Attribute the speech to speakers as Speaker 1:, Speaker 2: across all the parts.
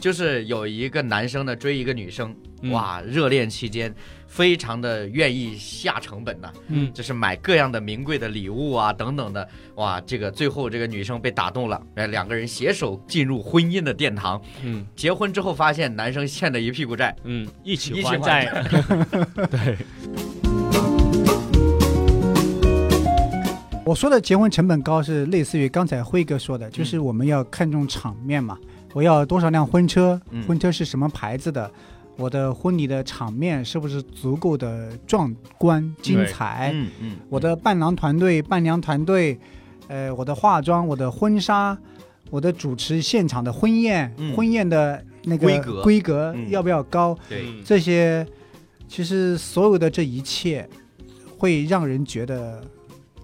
Speaker 1: 就是有一个男生呢追一个女生，哇，热恋期间非常的愿意下成本呐、
Speaker 2: 嗯
Speaker 1: 就是买各样的名贵的礼物啊等等的，哇，这个最后这个女生被打动了，哎，两个人携手进入婚姻的殿堂。
Speaker 3: 嗯
Speaker 1: 结婚之后发现男生欠了一屁股债，
Speaker 3: 嗯，一起
Speaker 1: 一起
Speaker 3: 还
Speaker 1: 还
Speaker 3: 债，对，
Speaker 2: 我说的结婚成本高是类似于刚才辉哥说
Speaker 1: 嗯
Speaker 2: 的，就是我们要看重场面嘛，我要多少辆婚车
Speaker 1: 嗯，
Speaker 2: 婚车是什么牌子的，我的婚礼的场面是不是足够的壮观精彩，
Speaker 1: 嗯嗯，
Speaker 2: 哎我的伴郎团队、伴娘团队，呃，我的化妆、我的婚纱、我的主持现场的婚宴、
Speaker 1: 嗯
Speaker 2: 婚宴的那个
Speaker 1: 规格
Speaker 2: 规格
Speaker 1: 嗯
Speaker 2: 要不要高，
Speaker 1: 对，
Speaker 3: 嗯
Speaker 2: 这些其实所有的这一切会让人觉得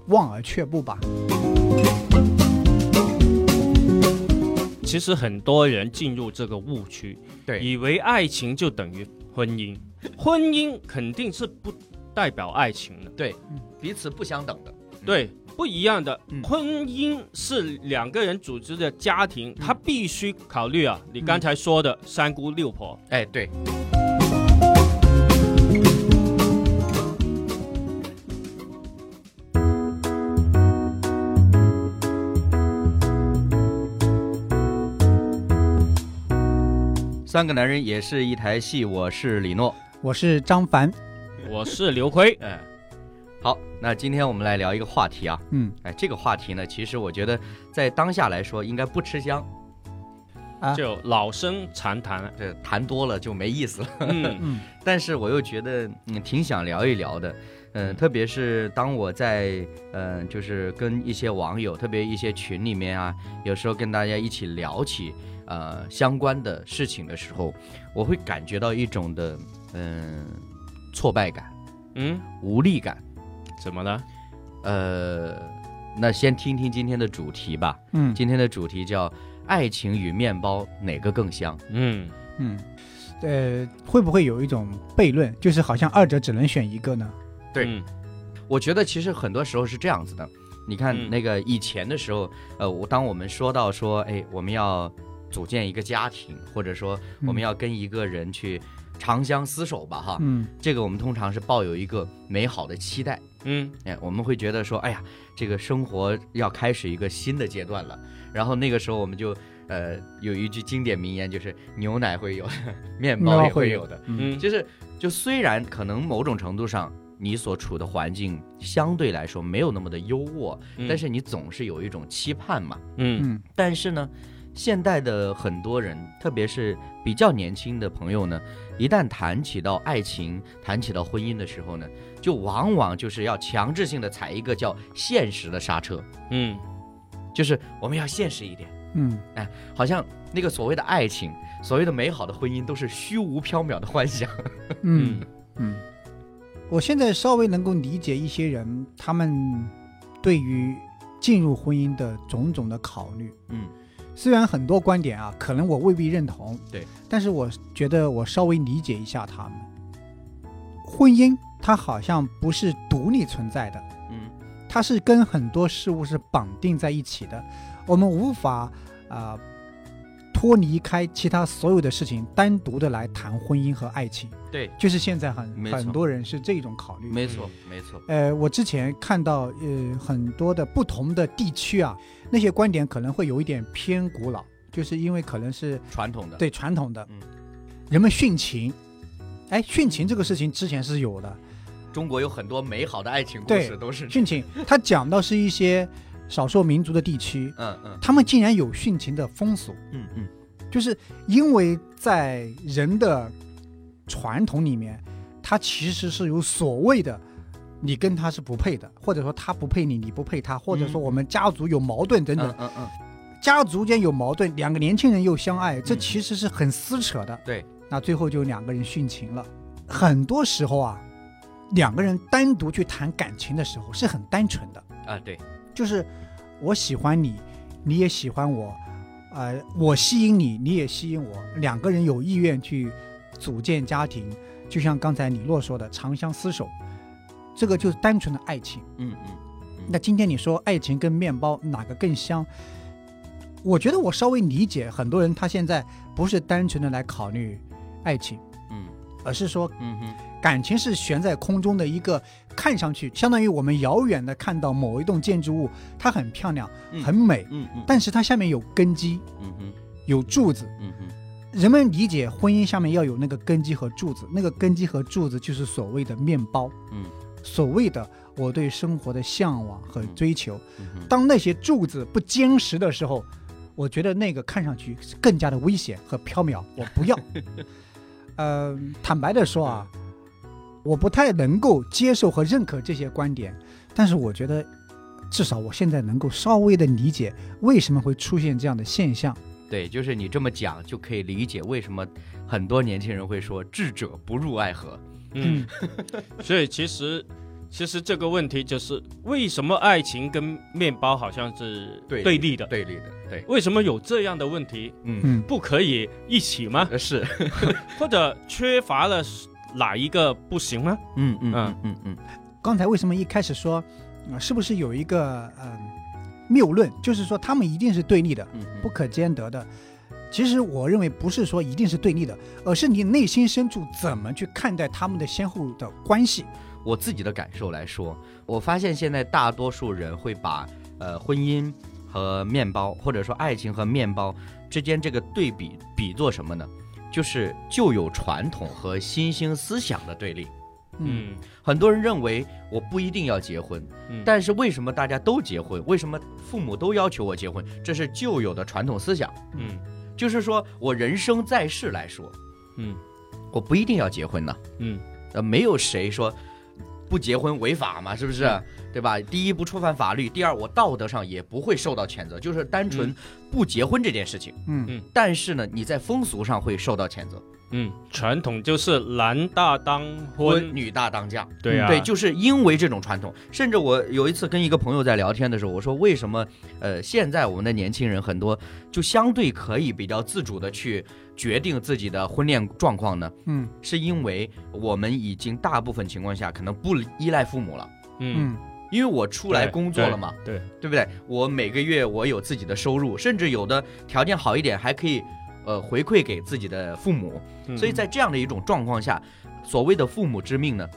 Speaker 2: 望而却步吧。
Speaker 3: 其实很多人进入这个误区，
Speaker 1: 对
Speaker 3: 以为爱情就等于婚姻，婚姻肯定是不代表爱情的，
Speaker 1: 彼此不相等的，
Speaker 3: 对，不一样的。
Speaker 1: 嗯
Speaker 3: 婚姻是两个人组织的家庭，他必须考虑啊，你
Speaker 2: 嗯
Speaker 3: 刚才说的三姑六婆，
Speaker 1: 哎对，三个男人也是一台戏，我是李诺。
Speaker 2: 我是张凡，
Speaker 3: 我是刘 辉，
Speaker 1: 嗯，好，那今天我们来聊一个话题啊，
Speaker 2: 嗯
Speaker 1: 哎，这个话题呢，其实我觉得在当下来说应该不吃香，。
Speaker 2: 啊
Speaker 3: 就老生常谈了
Speaker 1: 这谈多了就没意思了。
Speaker 3: 嗯
Speaker 2: 嗯
Speaker 1: 但是我又觉得嗯挺想聊一聊的，嗯、
Speaker 3: 嗯
Speaker 1: 特别是当我在嗯、呃就是跟一些网友，特别一些群里面啊，有时候跟大家一起聊起呃相关的事情的时候，我会感觉到一种的嗯、挫败感、
Speaker 3: 嗯，
Speaker 1: 无力感。
Speaker 3: 怎么了？
Speaker 1: 呃，那先听听今天的主题吧。
Speaker 2: 嗯
Speaker 1: 今天的主题叫“爱情与面包哪个更香
Speaker 3: 嗯，
Speaker 2: 嗯，呃，会不会有一种悖论，就是好像二者只能选一个呢？
Speaker 1: 对
Speaker 3: 嗯”。
Speaker 1: 我觉得其实很多时候是这样子的。你看
Speaker 3: 嗯
Speaker 1: 那个以前的时候，呃，我当我们说到说，哎，我们要组建一个家庭，或者说我们
Speaker 2: 嗯
Speaker 1: 要跟一个人去长相厮守吧，哈，
Speaker 2: 嗯
Speaker 1: 这个我们通常是抱有一个美好的期待。
Speaker 3: 嗯
Speaker 1: 哎，我们会觉得说，哎呀，这个生活要开始一个新的阶段了。然后那个时候我们就，呃，有一句经典名言就是“牛奶会有的， 面包也会有的
Speaker 2: 嗯”，
Speaker 3: 嗯，
Speaker 1: 就是就虽然可能某种程度上你所处的环境相对来说没有那么的优渥，
Speaker 3: 嗯
Speaker 1: 但是你总是有一种期盼嘛。
Speaker 3: 嗯
Speaker 2: 嗯
Speaker 1: 但是呢，现代的很多人，特别是比较年轻的朋友呢，一旦谈起到爱情、谈起到婚姻的时候呢，就往往就是要强制性的踩一个叫现实的刹车，
Speaker 3: 嗯
Speaker 1: 就是我们要现实一点，
Speaker 2: 嗯
Speaker 1: 好像那个所谓的爱情、所谓的美好的婚姻都是虚无缥缈的幻想。
Speaker 2: 嗯嗯。我现在稍微能够理解一些人他们对于进入婚姻的种种的考虑，
Speaker 1: 嗯
Speaker 2: 虽然很多观点啊，可能我未必认同，
Speaker 1: 对，
Speaker 2: 但是我觉得我稍微理解一下他们。婚姻它好像不是独立存在的，
Speaker 1: 嗯
Speaker 2: 它是跟很多事物是绑定在一起的，我们无法啊、脱离开其他所有的事情，单独的来谈婚姻和爱情。
Speaker 1: 对，
Speaker 2: 就是现在很
Speaker 1: 没错
Speaker 2: 很多人是这种考虑。
Speaker 1: 没错没错。
Speaker 2: 呃，我之前看到呃很多的不同的地区啊，那些观点可能会有一点偏古老，就是因为可能是
Speaker 1: 传统的，
Speaker 2: 对传统的，
Speaker 1: 嗯
Speaker 2: 人们殉情。哎，殉情这个事情之前是有的，
Speaker 1: 中国有很多美好的爱情故
Speaker 2: 对
Speaker 1: 事都是，
Speaker 2: 殉情他讲到是一些少数民族的地区，
Speaker 1: 嗯嗯
Speaker 2: 他们竟然有殉情的风俗，
Speaker 1: 嗯嗯，
Speaker 2: 就是因为在人的传统里面，他其实是有所谓的，你跟他是不配的，或者说他不配你，你不配他，或者说我们家族有矛盾等等，
Speaker 1: 嗯嗯嗯，
Speaker 2: 家族间有矛盾，两个年轻人又相爱，这
Speaker 1: 嗯
Speaker 2: 其实是很撕扯的。
Speaker 1: 对，
Speaker 2: 那最后就两个人殉情了。很多时候啊，两个人单独去谈感情的时候是很单纯的，
Speaker 1: 啊对，
Speaker 2: 就是我喜欢你，你也喜欢我，呃，我吸引你，你也吸引我，两个人有意愿去组建家庭，就像刚才李洛说的，长相厮守，这个就是单纯的爱情。
Speaker 1: 嗯嗯
Speaker 2: 那今天你说爱情跟面包哪个更香？我觉得我稍微理解很多人，他现在不是单纯的来考虑爱情，
Speaker 1: 嗯
Speaker 2: 而是说
Speaker 1: 嗯哼，
Speaker 2: 感情是悬在空中的一个，看上去相当于我们遥远的看到某一栋建筑物，它很漂亮，
Speaker 1: 嗯
Speaker 2: 很美，
Speaker 1: 嗯嗯，
Speaker 2: 但是它下面有根基，
Speaker 1: 嗯哼
Speaker 2: 有柱子。
Speaker 1: 嗯哼，
Speaker 2: 人们理解婚姻下面要有那个根基和柱子，那个根基和柱子就是所谓的面包，
Speaker 1: 嗯，
Speaker 2: 所谓的我对生活的向往和追求。
Speaker 1: 嗯哼，
Speaker 2: 当那些柱子不坚实的时候，我觉得那个看上去更加的危险和缥缈，我不要。呃，坦白的说啊，我不太能够接受和认可这些观点，但是我觉得，至少我现在能够稍微的理解为什么会出现这样的现象。
Speaker 1: 对，就是你这么讲就可以理解为什么很多年轻人会说“智者不入爱河
Speaker 3: 嗯，所以其实其实这个问题就是为什么爱情跟面包好像是
Speaker 1: 对
Speaker 3: 对立”，的？
Speaker 1: 对立的，对，
Speaker 3: 为什么有这样的问题？
Speaker 1: 嗯，
Speaker 2: 嗯
Speaker 3: 不可以一起吗？
Speaker 1: 呃是，
Speaker 3: 或者缺乏了哪一个不行吗？
Speaker 1: 嗯嗯嗯嗯嗯，
Speaker 2: 刚才为什么一开始说，呃、是不是有一个嗯、谬论，就是说他们一定是对立的，
Speaker 1: 嗯嗯
Speaker 2: 不可兼得的？其实我认为不是说一定是对立的，而是你内心深处怎么去看待他们的先后的关系。
Speaker 1: 我自己的感受来说，我发现现在大多数人会把呃婚姻和面包，或者说爱情和面包之间这个对比比作什么呢？就是旧有传统和新兴思想的对立。
Speaker 2: 嗯，
Speaker 1: 很多人认为我不一定要结婚，
Speaker 3: 嗯
Speaker 1: 但是为什么大家都结婚？为什么父母都要求我结婚？这是旧有的传统思想。
Speaker 3: 嗯
Speaker 1: 就是说我人生在世来说，
Speaker 3: 嗯
Speaker 1: 我不一定要结婚呢。
Speaker 3: 嗯
Speaker 1: 呃，没有谁说不结婚违法嘛，是不是？
Speaker 3: 嗯
Speaker 1: 对吧？第一不触犯法律，第二我道德上也不会受到谴责，就是单纯不结婚这件事情。
Speaker 2: 嗯
Speaker 3: 嗯
Speaker 1: 但是呢，你在风俗上会受到谴责，
Speaker 3: 嗯，传统就是男大当
Speaker 1: 婚
Speaker 3: 婚，
Speaker 1: 女大当嫁。
Speaker 3: 对啊，
Speaker 1: 对，就是因为这种传统，甚至我有一次跟一个朋友在聊天的时候，我说为什么呃现在我们的年轻人很多就相对可以比较自主的去决定自己的婚恋状况呢？
Speaker 2: 嗯
Speaker 1: 是因为我们已经大部分情况下可能不依赖父母了。
Speaker 3: 嗯，
Speaker 2: 嗯
Speaker 1: 因为我出来工作了嘛，
Speaker 3: 对，对
Speaker 1: 对不对？我每个月我有自己的收入，甚至有的条件好一点还可以，呃，回馈给自己的父母。
Speaker 3: 嗯
Speaker 1: 所以在这样的一种状况下，所谓的父母之命呢，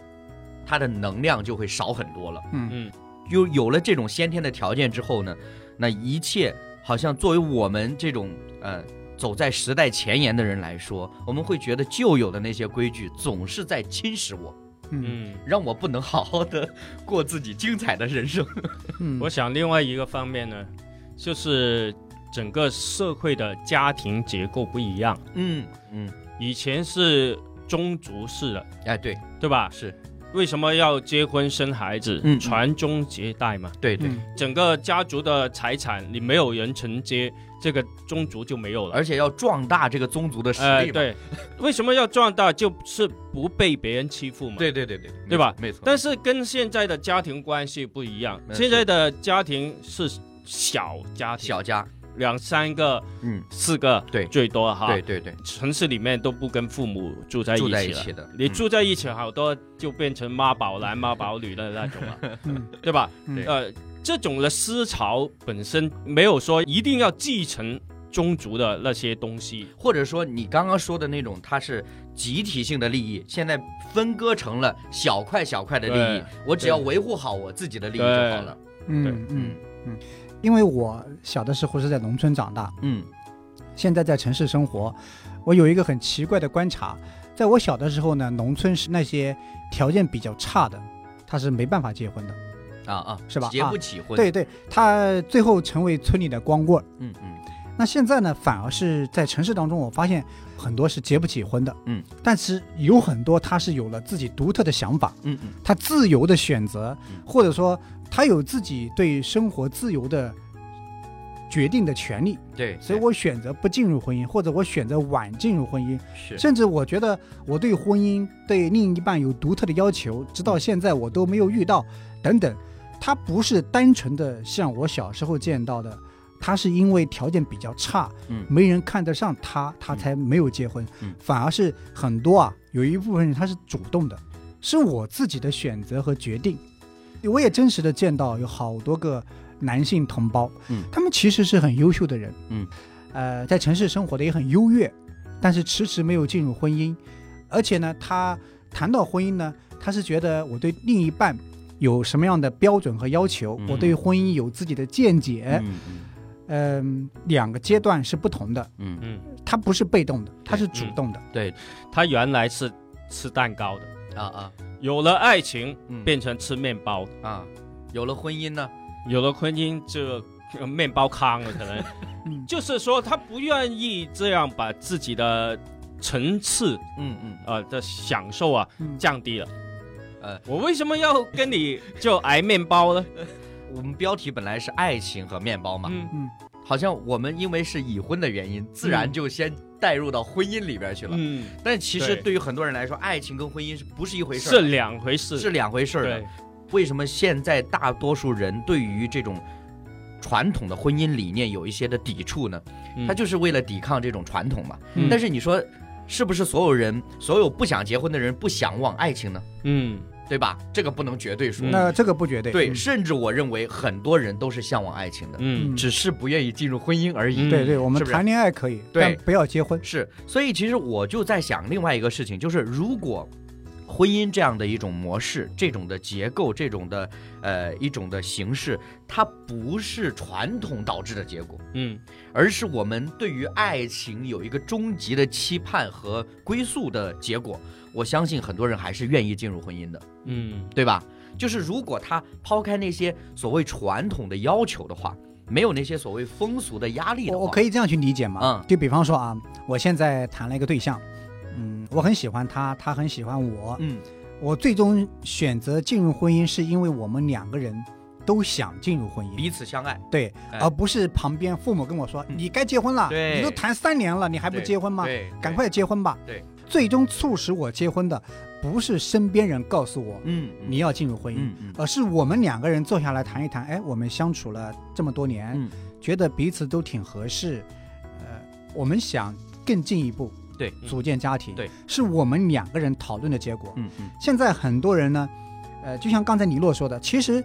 Speaker 1: 它的能量就会少很多了。
Speaker 2: 嗯
Speaker 3: 嗯
Speaker 1: 有有了这种先天的条件之后呢，那一切好像作为我们这种呃走在时代前沿的人来说，我们会觉得旧有的那些规矩总是在侵蚀我，
Speaker 2: 嗯
Speaker 3: 嗯，
Speaker 1: 让我不能好好的过自己精彩的人生。
Speaker 2: 嗯，
Speaker 3: 我想另外一个方面呢，就是整个社会的家庭结构不一样，
Speaker 1: 嗯嗯，
Speaker 3: 以前是宗族式的，
Speaker 1: 哎，对，
Speaker 3: 对吧？
Speaker 1: 是
Speaker 3: 为什么要结婚生孩子？
Speaker 1: 嗯嗯
Speaker 3: 传宗接代嘛，
Speaker 1: 对对，
Speaker 2: 嗯
Speaker 3: 整个家族的财产你没有人承接，这个宗族就没有了。
Speaker 1: 而且要壮大这个宗族的实
Speaker 3: 哎，
Speaker 1: 力嘛。
Speaker 3: 对，为什么要壮大？就是不被别人欺负嘛。。
Speaker 1: 对对对对，
Speaker 3: 对吧
Speaker 1: 嗯没错。
Speaker 3: 但
Speaker 1: 是
Speaker 3: 是跟现在的家庭关系不一样，
Speaker 1: 嗯
Speaker 3: 现在的家庭是小家庭，
Speaker 1: 小家，
Speaker 3: 两三个、
Speaker 1: 嗯，
Speaker 3: 四个，
Speaker 1: 对
Speaker 3: 最多哈。
Speaker 1: 对，对对，
Speaker 3: 城市里面都不跟父母住在一
Speaker 1: 住在
Speaker 3: 起
Speaker 1: 哎一
Speaker 3: 了。
Speaker 1: 起的，
Speaker 3: 你
Speaker 1: 嗯
Speaker 3: 住在一起，好多就变成妈宝男、妈宝女的那种 了，
Speaker 2: 嗯
Speaker 3: 对吧？
Speaker 2: 嗯
Speaker 3: 呃，这种的思潮本身没有说一定要继承宗族的那些东西，
Speaker 1: 或者说你刚刚说的那种，它是集体性的利益，现在分割成了小块小块的利益
Speaker 3: 对，
Speaker 1: 我只要维护好我自己的利益就好了。
Speaker 3: 对
Speaker 2: 嗯嗯，因为我小的时候是在农村长大，
Speaker 1: 嗯
Speaker 2: 现在在城市生活，我有一个很奇怪的观察，在我小的时候呢，农村是那些条件比较差的，他是没办法结婚的。
Speaker 1: 啊啊，
Speaker 2: 是吧
Speaker 1: 结不起婚，，
Speaker 2: 对对，他最后成为村里的光棍儿。
Speaker 1: 嗯嗯
Speaker 2: 那现在呢，反而是在城市当中，我发现很多是结不起婚的，
Speaker 1: 嗯，
Speaker 2: 但是有很多他是有了自己独特的想法，
Speaker 1: 嗯嗯
Speaker 2: 他自由的选择
Speaker 1: 嗯，
Speaker 2: 或者说他有自己对生活自由的决定的权利，
Speaker 1: 嗯，对，
Speaker 2: 所以我选择不进入婚姻，或者我选择晚进入婚姻，
Speaker 1: 是
Speaker 2: 甚至我觉得我对婚姻、对另一半有独特的要求，直到现在我都没有遇到，等等。它不是单纯的像我小时候见到的，他是因为条件比较差，
Speaker 1: 嗯
Speaker 2: 没人看得上他，他才没有结婚。
Speaker 1: 嗯
Speaker 2: 反而是很多啊，有一部分人他是主动的，是我自己的选择和决定。我也真实的见到有好多个男性同胞，
Speaker 1: 嗯
Speaker 2: 他们其实是很优秀的人，
Speaker 1: 嗯，
Speaker 2: 呃，在城市生活的也很优越，但是迟迟没有进入婚姻，而且呢，他谈到婚姻呢，他是觉得我对另一半有什么样的标准和要求，
Speaker 1: 嗯
Speaker 2: 我对婚姻有自己的见解，
Speaker 1: 嗯
Speaker 2: 嗯、两个阶段是不同的，
Speaker 1: 嗯嗯，
Speaker 3: 嗯，
Speaker 2: 他不是被动的，他是主
Speaker 3: 嗯
Speaker 2: 动的，
Speaker 1: 对
Speaker 3: 他原来是吃蛋糕的，
Speaker 1: 啊啊，
Speaker 3: 有了爱情
Speaker 1: 嗯
Speaker 3: 变成吃面包的，
Speaker 1: 啊，有了婚姻呢，
Speaker 3: 有了婚姻就、呃面包糠了，可能
Speaker 2: 嗯，
Speaker 3: 就是说他不愿意这样把自己的层次
Speaker 1: 嗯嗯，
Speaker 3: 啊、呃的享受啊
Speaker 2: 嗯
Speaker 3: 降低了。
Speaker 1: 呃，
Speaker 3: 我为什么要跟你就挨面包呢？
Speaker 1: 我们标题本来是爱情和面包嘛，
Speaker 3: 嗯，
Speaker 2: 嗯
Speaker 1: 好像我们因为是已婚的原因，自然就先带入到婚姻里边去了。
Speaker 3: 嗯，
Speaker 1: 但其实
Speaker 3: 对
Speaker 1: 对于很多人来说，爱情跟婚姻是不是一回事
Speaker 3: 是
Speaker 1: 儿？
Speaker 3: 两回事。
Speaker 1: 是两回事儿的
Speaker 3: 对。，
Speaker 1: 为什么现在大多数人对于这种传统的婚姻理念有一些的抵触呢？
Speaker 3: 嗯
Speaker 1: 他就是为了抵抗这种传统嘛。
Speaker 3: 嗯
Speaker 1: 但是你说，是不是所有人，所有不想结婚的人不向往爱情呢？
Speaker 3: 嗯
Speaker 1: 对吧？这个不能绝对说。
Speaker 3: 嗯
Speaker 2: 那这个不绝对，
Speaker 1: 对，
Speaker 2: 嗯
Speaker 1: 甚至我认为很多人都是向往爱情的，
Speaker 3: 嗯
Speaker 1: 只是不愿意进入婚姻而已。
Speaker 3: 嗯
Speaker 2: 对对，我们
Speaker 1: 是不是
Speaker 2: 谈恋爱可以，
Speaker 1: 对
Speaker 2: 但不要结婚。
Speaker 1: 是，所以其实我就在想另外一个事情，就是如果婚姻这样的一种模式、这种的结构、这种的呃一种的形式，它不是传统导致的结果，
Speaker 3: 嗯
Speaker 1: 而是我们对于爱情有一个终极的期盼和归宿的结果。我相信很多人还是愿意进入婚姻的，
Speaker 3: 嗯
Speaker 1: 对吧？就是如果他抛开那些所谓传统的要求的话，没有那些所谓风俗的压力的
Speaker 2: 我
Speaker 1: 话，
Speaker 2: 我可以这样去理解吗？
Speaker 1: 嗯
Speaker 2: 就比方说啊，我现在谈了一个对象，嗯，我很喜欢他，他很喜欢我，
Speaker 1: 嗯
Speaker 2: 我最终选择进入婚姻，是因为我们两个人都想进入婚姻，
Speaker 1: 彼此相爱，
Speaker 2: 对，
Speaker 1: 哎
Speaker 2: 而不是旁边父母跟我说、
Speaker 1: 嗯
Speaker 2: 你该结婚了，
Speaker 1: 对
Speaker 2: 你都谈三年了，你还不
Speaker 1: 对
Speaker 2: 结婚吗？
Speaker 1: 对，
Speaker 2: 赶快结婚吧。
Speaker 1: 对，
Speaker 2: 最终促使我结婚的不是身边人告诉我、
Speaker 1: 嗯，
Speaker 2: 你要进入婚姻，
Speaker 1: 嗯嗯
Speaker 2: 而呃是我们两个人坐下来谈一谈，哎，我们相处了这么多年，
Speaker 1: 嗯
Speaker 2: 觉得彼此都挺合适，呃，我们想更进一步，
Speaker 1: 对
Speaker 3: 嗯
Speaker 2: 组建家庭，
Speaker 1: 对，
Speaker 2: 是我们两个人讨论的结果。
Speaker 1: 嗯嗯
Speaker 2: 现在很多人呢，呃，就像刚才尼洛说的，其实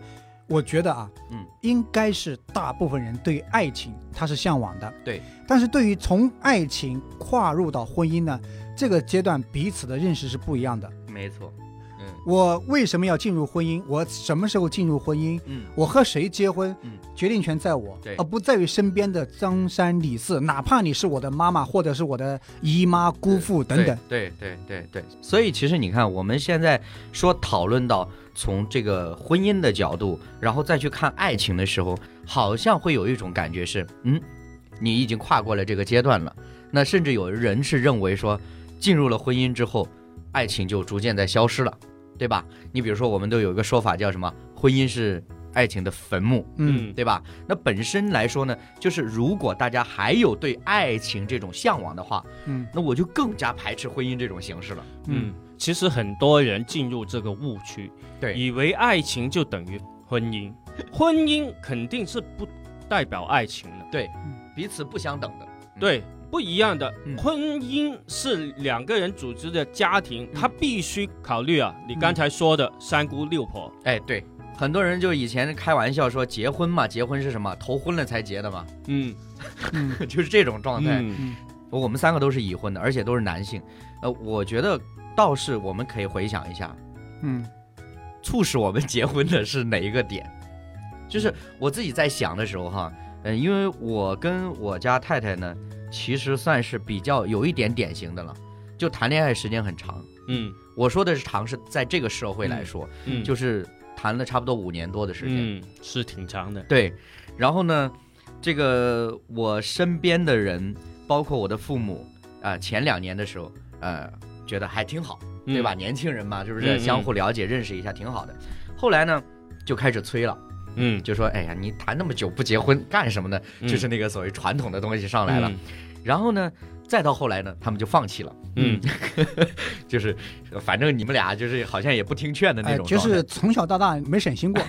Speaker 2: 我觉得啊，
Speaker 1: 嗯，
Speaker 2: 应该是大部分人对爱情他是向往的，
Speaker 1: 对，
Speaker 2: 但是对于从爱情跨入到婚姻呢，这个阶段彼此的认识是不一样的。
Speaker 1: 嗯，没错，嗯
Speaker 2: 我为什么要进入婚姻？我什么时候进入婚姻？
Speaker 1: 嗯
Speaker 2: 我和谁结婚，
Speaker 1: 嗯
Speaker 2: 决定权在我
Speaker 1: 对，
Speaker 2: 而不在于身边的张三李四。哪怕你是我的妈妈，或者是我的姨妈、姑父等等。，
Speaker 1: 对对对对对，所以其实你看，我们现在说讨论到从这个婚姻的角度，然后再去看爱情的时候，好像会有一种感觉是，嗯，你已经跨过了这个阶段了。那甚至有人是认为说，进入了婚姻之后，爱情就逐渐在消失了，对吧？你比如说，我们都有一个说法叫什么？婚姻是爱情的坟墓。
Speaker 2: 嗯，
Speaker 1: 对吧？那本身来说呢，就是如果大家还有对爱情这种向往的话，
Speaker 2: 嗯
Speaker 1: 那我就更加排斥婚姻这种形式了。
Speaker 2: 嗯
Speaker 3: 嗯，其实很多人进入这个误区，
Speaker 1: 对
Speaker 3: 以为爱情就等于婚姻， 婚姻肯定是不代表爱情的，
Speaker 1: 彼此不相等的，
Speaker 3: 对，不一样的。
Speaker 1: 嗯
Speaker 3: 婚姻是两个人组织的家庭，
Speaker 1: 嗯
Speaker 3: 他必须考虑啊，你刚才说的三姑六婆，
Speaker 1: 哎，对，很多人就以前开玩笑说结婚嘛，结婚是什么？头婚了才结的嘛，
Speaker 3: 嗯，
Speaker 2: 嗯
Speaker 1: 就是这种状态。
Speaker 3: 嗯
Speaker 1: 我们三个都是已婚的，而且都是男性。呃，我觉得倒是我们可以回想一下，
Speaker 2: 嗯
Speaker 1: 促使我们结婚的是哪一个点？ 就是我自己在想的时候哈，嗯，因为我跟我家太太呢，其实算是比较有一点典型的了，就谈恋爱时间很长。
Speaker 3: 嗯
Speaker 1: 我说的是长，是在这个社会来说，
Speaker 3: 嗯，
Speaker 1: 就是是谈了差不多五年多的时间。
Speaker 3: 嗯是挺长的，
Speaker 1: 对，然后呢，这个我身边的人，包括我的父母，啊、前两年的时候，呃，觉得还挺好，嗯对吧？年轻人嘛，是不是
Speaker 3: 嗯嗯
Speaker 1: 相互了解、认识一下挺好的？后来呢，就开始催了，
Speaker 3: 嗯？
Speaker 1: 就说：“哎呀，你谈那么久不结婚干什么呢？”
Speaker 3: 嗯，
Speaker 1: 就是那个所谓传统的东西上
Speaker 3: 上
Speaker 1: 来了。，然后呢，再到后来呢，他们就放弃了，
Speaker 3: 嗯，
Speaker 1: 就是呃反正你们俩就是好像也不听劝的 那
Speaker 2: 哎，
Speaker 1: 种
Speaker 2: 就
Speaker 1: 状态，
Speaker 2: 是从小到大没省 心过。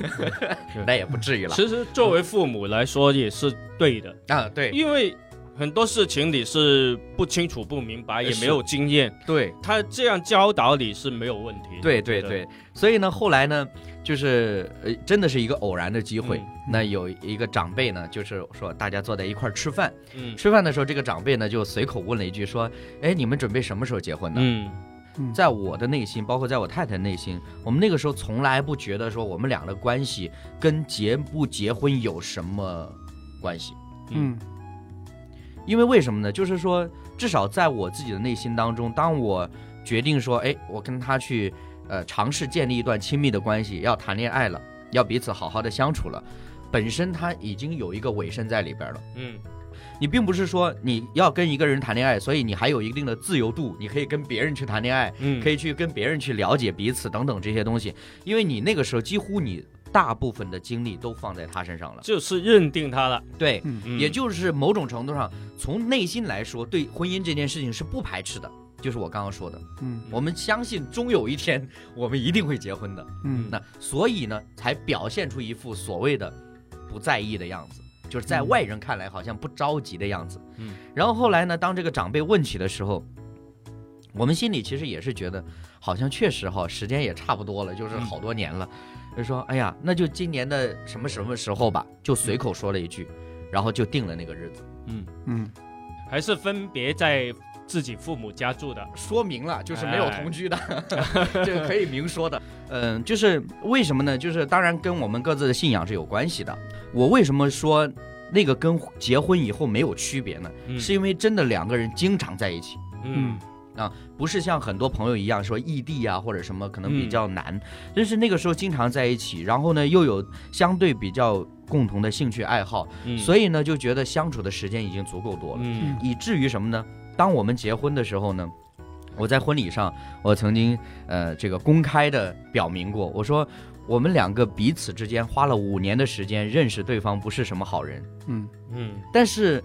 Speaker 1: 那也不至于了
Speaker 3: 其实作为父母来说也是对的，
Speaker 1: 啊。对，
Speaker 3: 因为很多事情你是不清楚、不明白，也
Speaker 1: 是
Speaker 3: 没有经验，
Speaker 1: 对
Speaker 3: 他这样教导你是没有问题的。
Speaker 1: 对对对，所以呢，后来呢，就是呃，真的是一个偶然的机会。
Speaker 3: 嗯
Speaker 1: 那有一个长辈呢，就是说大家坐在一块儿吃饭，
Speaker 3: 嗯
Speaker 1: 吃饭的时候，这个长辈呢就随口问了一句说：“哎，你们准备什么时候结婚呢？”
Speaker 3: 嗯
Speaker 2: 嗯
Speaker 1: 在我的内心，包括在我太太内心，我们那个时候从来不觉得说我们俩的关系跟结不结婚有什么关系，
Speaker 2: 嗯
Speaker 1: 因为为什么呢？就是说，至少在我自己的内心当中，当我决定说，哎，我跟他去，呃，尝试建立一段亲密的关系，要谈恋爱了，要彼此好好的相处了，本身他已经有一个尾声在里边了。
Speaker 3: 嗯
Speaker 1: 你并不是说你要跟一个人谈恋爱，所以你还有一定的自由度，你可以跟别人去谈恋爱，
Speaker 3: 嗯，
Speaker 1: 可
Speaker 3: 以
Speaker 1: 以去跟别人去了解彼此等等这些东西，因为你那个时候几乎你大部分的精力都放在他身上了。
Speaker 3: 就是认定他了，
Speaker 1: 对，
Speaker 2: 嗯
Speaker 3: 嗯
Speaker 1: 也就是某种程度上，从内心来说，对婚姻这件事情是不排斥的。就是我刚刚说的，
Speaker 2: 嗯
Speaker 1: 我们相信终有一天我们一定会结婚的。
Speaker 2: 嗯
Speaker 1: 那所以呢，才表现出一副所谓的不在意的样子，就是在外人看来好像不着急的样子。
Speaker 3: 嗯，
Speaker 1: 然后后来呢，当这个长辈问起的时候，我们心里其实也是觉得，好像确实哈，时间也差不多了，就是
Speaker 3: 嗯
Speaker 1: 好多年了，就说哎呀，那就今年的什么什么时候吧，就随口说了一句，然后就定了那个日子，
Speaker 3: 嗯，
Speaker 2: 嗯
Speaker 3: 还是分别在自己父母家住的，
Speaker 1: 说明了就是没有
Speaker 3: 哎
Speaker 1: 同居的， 这个可以明说的。嗯，就是为什么呢？就是当然跟我们各自的信仰是有关系的。我为什么说那个跟结婚以后没有区别呢？
Speaker 3: 嗯
Speaker 1: 是因为真的两个人经常在一起，
Speaker 3: 嗯
Speaker 1: 不是像很多朋友一样说异地啊或者什么可能比
Speaker 3: 嗯
Speaker 1: 较难，但是那个时候经常在一起，然后呢又有相对比较共同的兴趣爱好，
Speaker 3: 嗯，
Speaker 1: 所
Speaker 3: 以
Speaker 1: 以呢就觉得相处的时间已经足够多了。
Speaker 3: 嗯
Speaker 1: 以至于什么呢？当我们结婚的时候呢，我在婚礼上，我曾经呃这个公开的表明过，我说我们两个彼此之间花了五年的时间认识对方不是什么好人，
Speaker 2: 嗯
Speaker 3: 嗯
Speaker 1: 但是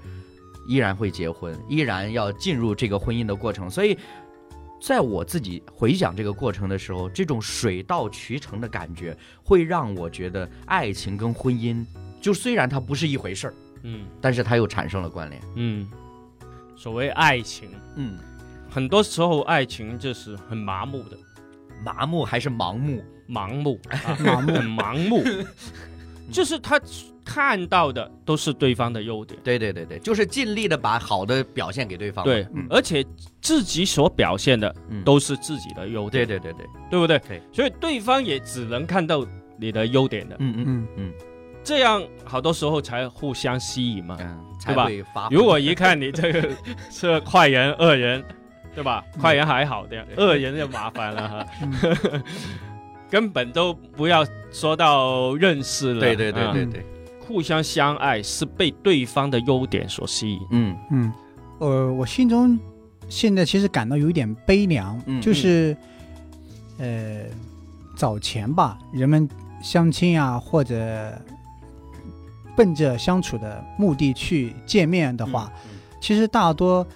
Speaker 1: 依然会结婚，依然要进入这个婚姻的过程，所以。在我自己回想这个过程的时候，这种水到渠成的感觉，会让我觉得爱情跟婚姻，就虽然它不是一回事儿，
Speaker 3: 嗯
Speaker 1: 但是它又产生了关联。
Speaker 3: 嗯，所谓爱情，
Speaker 1: 嗯，
Speaker 3: 很多时候爱情就是很麻木的，
Speaker 1: 麻木还是盲目？
Speaker 3: 盲目， 啊、
Speaker 2: 盲目
Speaker 3: 很盲目，就是他看到的都是对方的优点。
Speaker 1: 对对对对，就是尽力的把好的表现给对方嘛。
Speaker 3: 对，
Speaker 1: 嗯
Speaker 3: 而且自己所表现的
Speaker 1: 嗯，
Speaker 3: 都是自己的优
Speaker 1: 对
Speaker 3: 点，
Speaker 1: 对对对，
Speaker 3: 对不对？
Speaker 1: 对
Speaker 3: 所以对方也只能看到你的优点的，
Speaker 1: 嗯嗯
Speaker 2: 嗯
Speaker 3: 这样好多时候才互相吸引嘛。
Speaker 1: 嗯，才
Speaker 3: 对吧
Speaker 1: 会发。
Speaker 3: 如果一看你这个 是快人、恶人，对吧？
Speaker 1: 嗯
Speaker 3: 快人还 好点，恶人就麻烦了哈，
Speaker 2: 嗯
Speaker 3: 根本都不要说到认识了。
Speaker 1: 对对对
Speaker 3: 啊
Speaker 1: 对对，
Speaker 3: 互相相爱是被对方的优点所吸引。
Speaker 1: 嗯
Speaker 2: 嗯，呃，我心中现在其实感到有一点悲凉，
Speaker 1: 嗯
Speaker 2: 就是呃，早前吧，人们相亲啊，或者奔着相处的目的去见面
Speaker 1: 嗯
Speaker 2: 的话，其实大多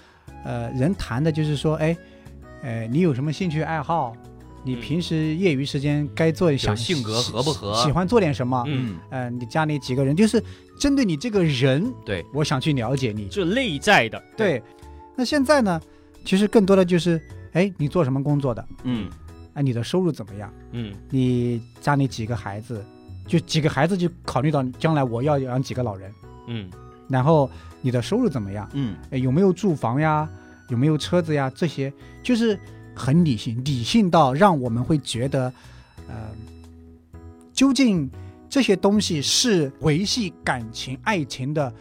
Speaker 2: 呃人谈的就是说，哎，呃，你有什么兴趣爱好？你
Speaker 3: 嗯
Speaker 2: 平时业余时间该做一想
Speaker 1: 性格
Speaker 2: 喜
Speaker 1: 合不合
Speaker 2: 喜欢做点什么？
Speaker 3: 嗯，
Speaker 1: 嗯，
Speaker 2: 呃，你家里几个人，就是针对你这个人，
Speaker 1: 对，
Speaker 2: 我想去了解你。
Speaker 3: 就内在的。
Speaker 2: 对，那现在呢，其实更多的就是，哎，你做什么工作的？
Speaker 1: 嗯
Speaker 2: 哎，你的收入怎么样？
Speaker 3: 嗯
Speaker 2: 你家里几个孩子？就几个孩子就考虑到将来我要养几个老人，
Speaker 3: 嗯
Speaker 2: 然后你的收入怎么样？
Speaker 1: 嗯，
Speaker 2: 哎，有没有住房呀？有没有车子呀？这些就是很理性，理性到让我们会觉得，呃，究竟这些东西是维系感情、爱情的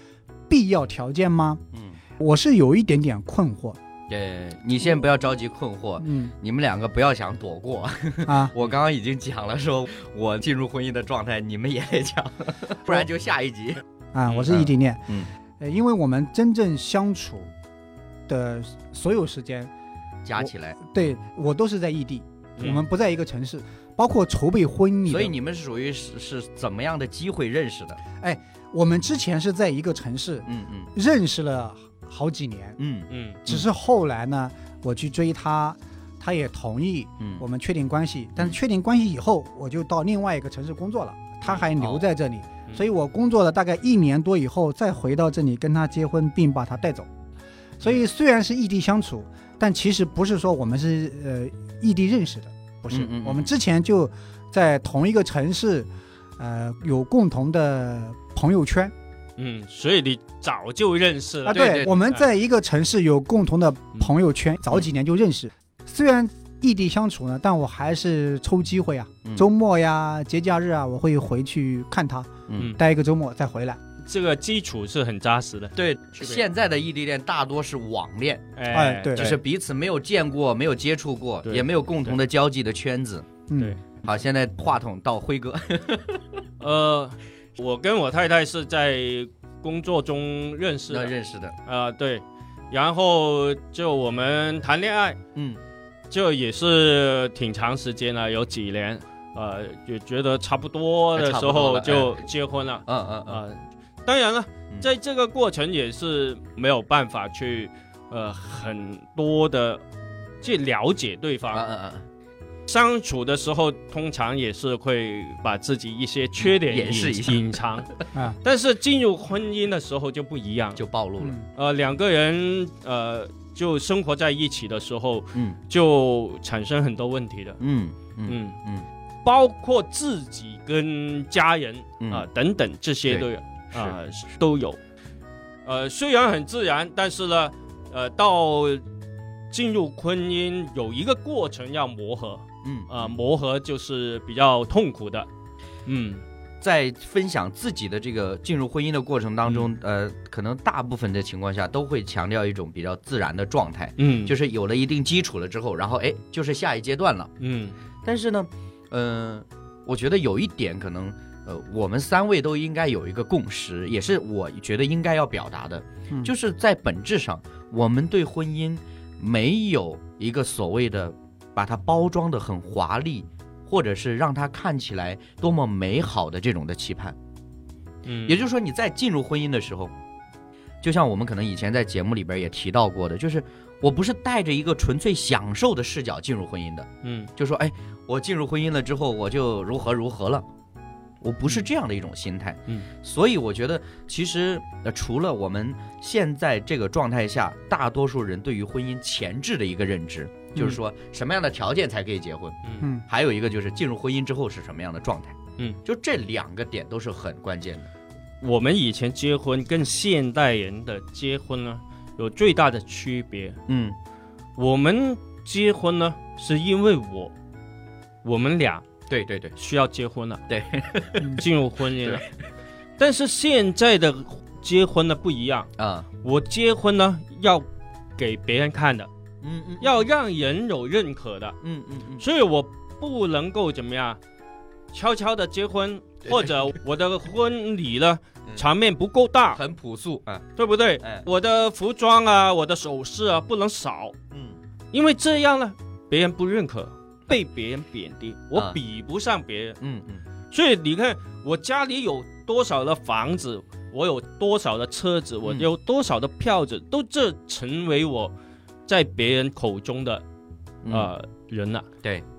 Speaker 2: 必要条件吗？
Speaker 1: 嗯，
Speaker 2: 我是有一点点困惑。
Speaker 1: 对，呃你先不要着急困惑，
Speaker 2: 嗯
Speaker 1: 你们两个不要想躲过。
Speaker 2: 啊，
Speaker 1: 我刚刚已经讲了，说我进入婚姻的状态，你们也得讲， 不然就下一集。
Speaker 2: 啊，
Speaker 3: 嗯
Speaker 2: 我是异地恋。
Speaker 1: 嗯，
Speaker 2: 呃，因为我们真正相处的所有时间，
Speaker 1: 加起来，
Speaker 2: 对我都是在异地，
Speaker 3: 嗯
Speaker 2: 我们不在一个城市，包括筹备婚礼的。
Speaker 1: 所以你们是属于是是怎么样的机会认识的？
Speaker 2: 我们之前是在一个城市
Speaker 1: 嗯嗯
Speaker 2: 认识了好几年，
Speaker 1: 嗯
Speaker 3: 嗯
Speaker 2: 只是后来呢，我去追她，她也同意，
Speaker 1: 嗯，
Speaker 2: 我们
Speaker 1: 哦
Speaker 2: 确定关系。但是确定关系以后，我就到另外一个城市工作了，她还留在这里，
Speaker 3: 嗯
Speaker 2: 所以我工作了大概一年多以后，再回到这里跟他结婚，并把他带走。所以虽然是异地相处，但其实不是说我们是呃异地认识的，不
Speaker 1: 嗯
Speaker 2: 是，
Speaker 1: 嗯嗯
Speaker 2: 我们之前就在同一个城市，呃，有共同的朋友圈
Speaker 3: 嗯，所以你早就认识了
Speaker 2: 啊，
Speaker 1: 对对嗯
Speaker 2: 我们在一个城市有共同的朋友圈，早几年就认识。虽然异地相处呢，但我还是抽机会啊，
Speaker 1: 嗯
Speaker 2: 周末呀、节假日啊，我会回去看他，
Speaker 1: 嗯，
Speaker 2: 待一个周末再回来。
Speaker 3: 这个基础是很扎实的。
Speaker 1: 对，
Speaker 3: 区别
Speaker 1: 现在的异地恋大多是网恋，
Speaker 2: 哎对
Speaker 1: 就是彼此没有见过、没有接触过，
Speaker 3: 对
Speaker 1: 也没有共同的交际的圈子。
Speaker 2: 嗯，
Speaker 3: 对
Speaker 1: 好，现在话筒到辉哥，
Speaker 3: 呃，我跟我太太是在工作中认识
Speaker 1: 那
Speaker 3: 的，
Speaker 1: 认识的，
Speaker 3: 啊、对，然后就我们谈恋爱，
Speaker 1: 嗯
Speaker 3: 就也是挺长时间了，有几年，呃，也觉得差不多的时候
Speaker 1: 哎差不多
Speaker 3: 就结婚了，
Speaker 1: 嗯嗯嗯，
Speaker 3: 啊、当然了，
Speaker 1: 嗯
Speaker 3: 在这个过程也是没有办法去，呃，很多的去了解对方，
Speaker 1: 嗯嗯嗯，
Speaker 3: 相处的时候，通常也是会把自己一些缺点
Speaker 1: 掩饰
Speaker 3: 隐
Speaker 1: 一下
Speaker 3: 隐藏
Speaker 2: 啊。
Speaker 3: 但是进入婚姻的时候就不一样，
Speaker 1: 就暴露了，
Speaker 2: 嗯
Speaker 3: 呃，两个人呃就生活在一起的时候，
Speaker 1: 嗯
Speaker 3: 就产生很多问题的，
Speaker 1: 嗯嗯
Speaker 3: 嗯
Speaker 1: 嗯，
Speaker 3: 包括自己跟家人
Speaker 1: 嗯
Speaker 3: 啊、等等这些
Speaker 1: 对
Speaker 3: 都有啊、都有。呃，虽然很自然，但是呢，呃，到进入婚姻有一个过程要磨合。
Speaker 1: 嗯
Speaker 3: 啊，磨合就是比较痛苦的。嗯，
Speaker 1: 在分享自己的这个进入婚姻的过程当
Speaker 3: 嗯
Speaker 1: 中，呃，可能大部分的情况下都会强调一种比较自然的状态，
Speaker 3: 嗯
Speaker 1: 就是是有了一定基础了之后，然后哎，就是下一阶段了。
Speaker 3: 嗯
Speaker 1: 但是呢，呃，我觉得有一点可能，呃，我们三位都应该有一个共识，也是我觉得应该要表达的，
Speaker 2: 嗯
Speaker 1: 就是在本质上，我们对婚姻没有一个所谓的把它包装的很华丽，或者是让它看起来多么美好的这种的期盼。
Speaker 3: 嗯，
Speaker 1: 也就是说，你在进入婚姻的时候，就像我们可能以前在节目里边也提到过的，就是我不是带着一个纯粹享受的视角进入婚姻的。
Speaker 3: 嗯
Speaker 1: 就说哎，我进入婚姻了之后，我就如何如何了。我不是这样的一种心态，
Speaker 3: 嗯，
Speaker 1: 所以我觉得其实呃，除了我们现在这个状态下，大多数人对于婚姻前置的一个认知，就是说什么样的条件才可以结婚，
Speaker 3: 嗯
Speaker 2: 嗯，
Speaker 1: 还有一个就是进入婚姻之后是什么样的状态，
Speaker 3: 嗯，
Speaker 1: 就这两个点都是很关键的，
Speaker 3: 我们以前结婚跟现代人的结婚呢有最大的区别。
Speaker 1: 嗯
Speaker 3: 我们结婚呢是因为我，我们俩
Speaker 1: 对对对，
Speaker 3: 需要结婚了，
Speaker 1: 对，
Speaker 2: 嗯
Speaker 3: 进入 婚姻了。但是现在的结婚呢不一样，
Speaker 1: 啊，
Speaker 3: 我结婚呢要给别人看的，
Speaker 1: 嗯嗯，
Speaker 3: 要让人有认可的。
Speaker 1: 嗯嗯嗯，
Speaker 3: 所以我不能够怎么样，悄悄的结婚，
Speaker 1: 对
Speaker 3: 或者我的婚礼呢
Speaker 1: 嗯
Speaker 3: 场面不够大，
Speaker 1: 很朴素啊，
Speaker 3: 对不对？
Speaker 1: 哎，
Speaker 3: 我的服装啊，我的首饰啊不能少，
Speaker 1: 嗯
Speaker 3: 因为这样呢，别人不认可，被别人贬低，我
Speaker 1: 啊
Speaker 3: 比不上别人。
Speaker 1: 嗯嗯
Speaker 3: 所以你看，我家里有多少的房子，我有多少的车子，我
Speaker 1: 嗯
Speaker 3: 有多少的票子，都这成为我在别人口中的
Speaker 1: 嗯，
Speaker 3: 呃人了。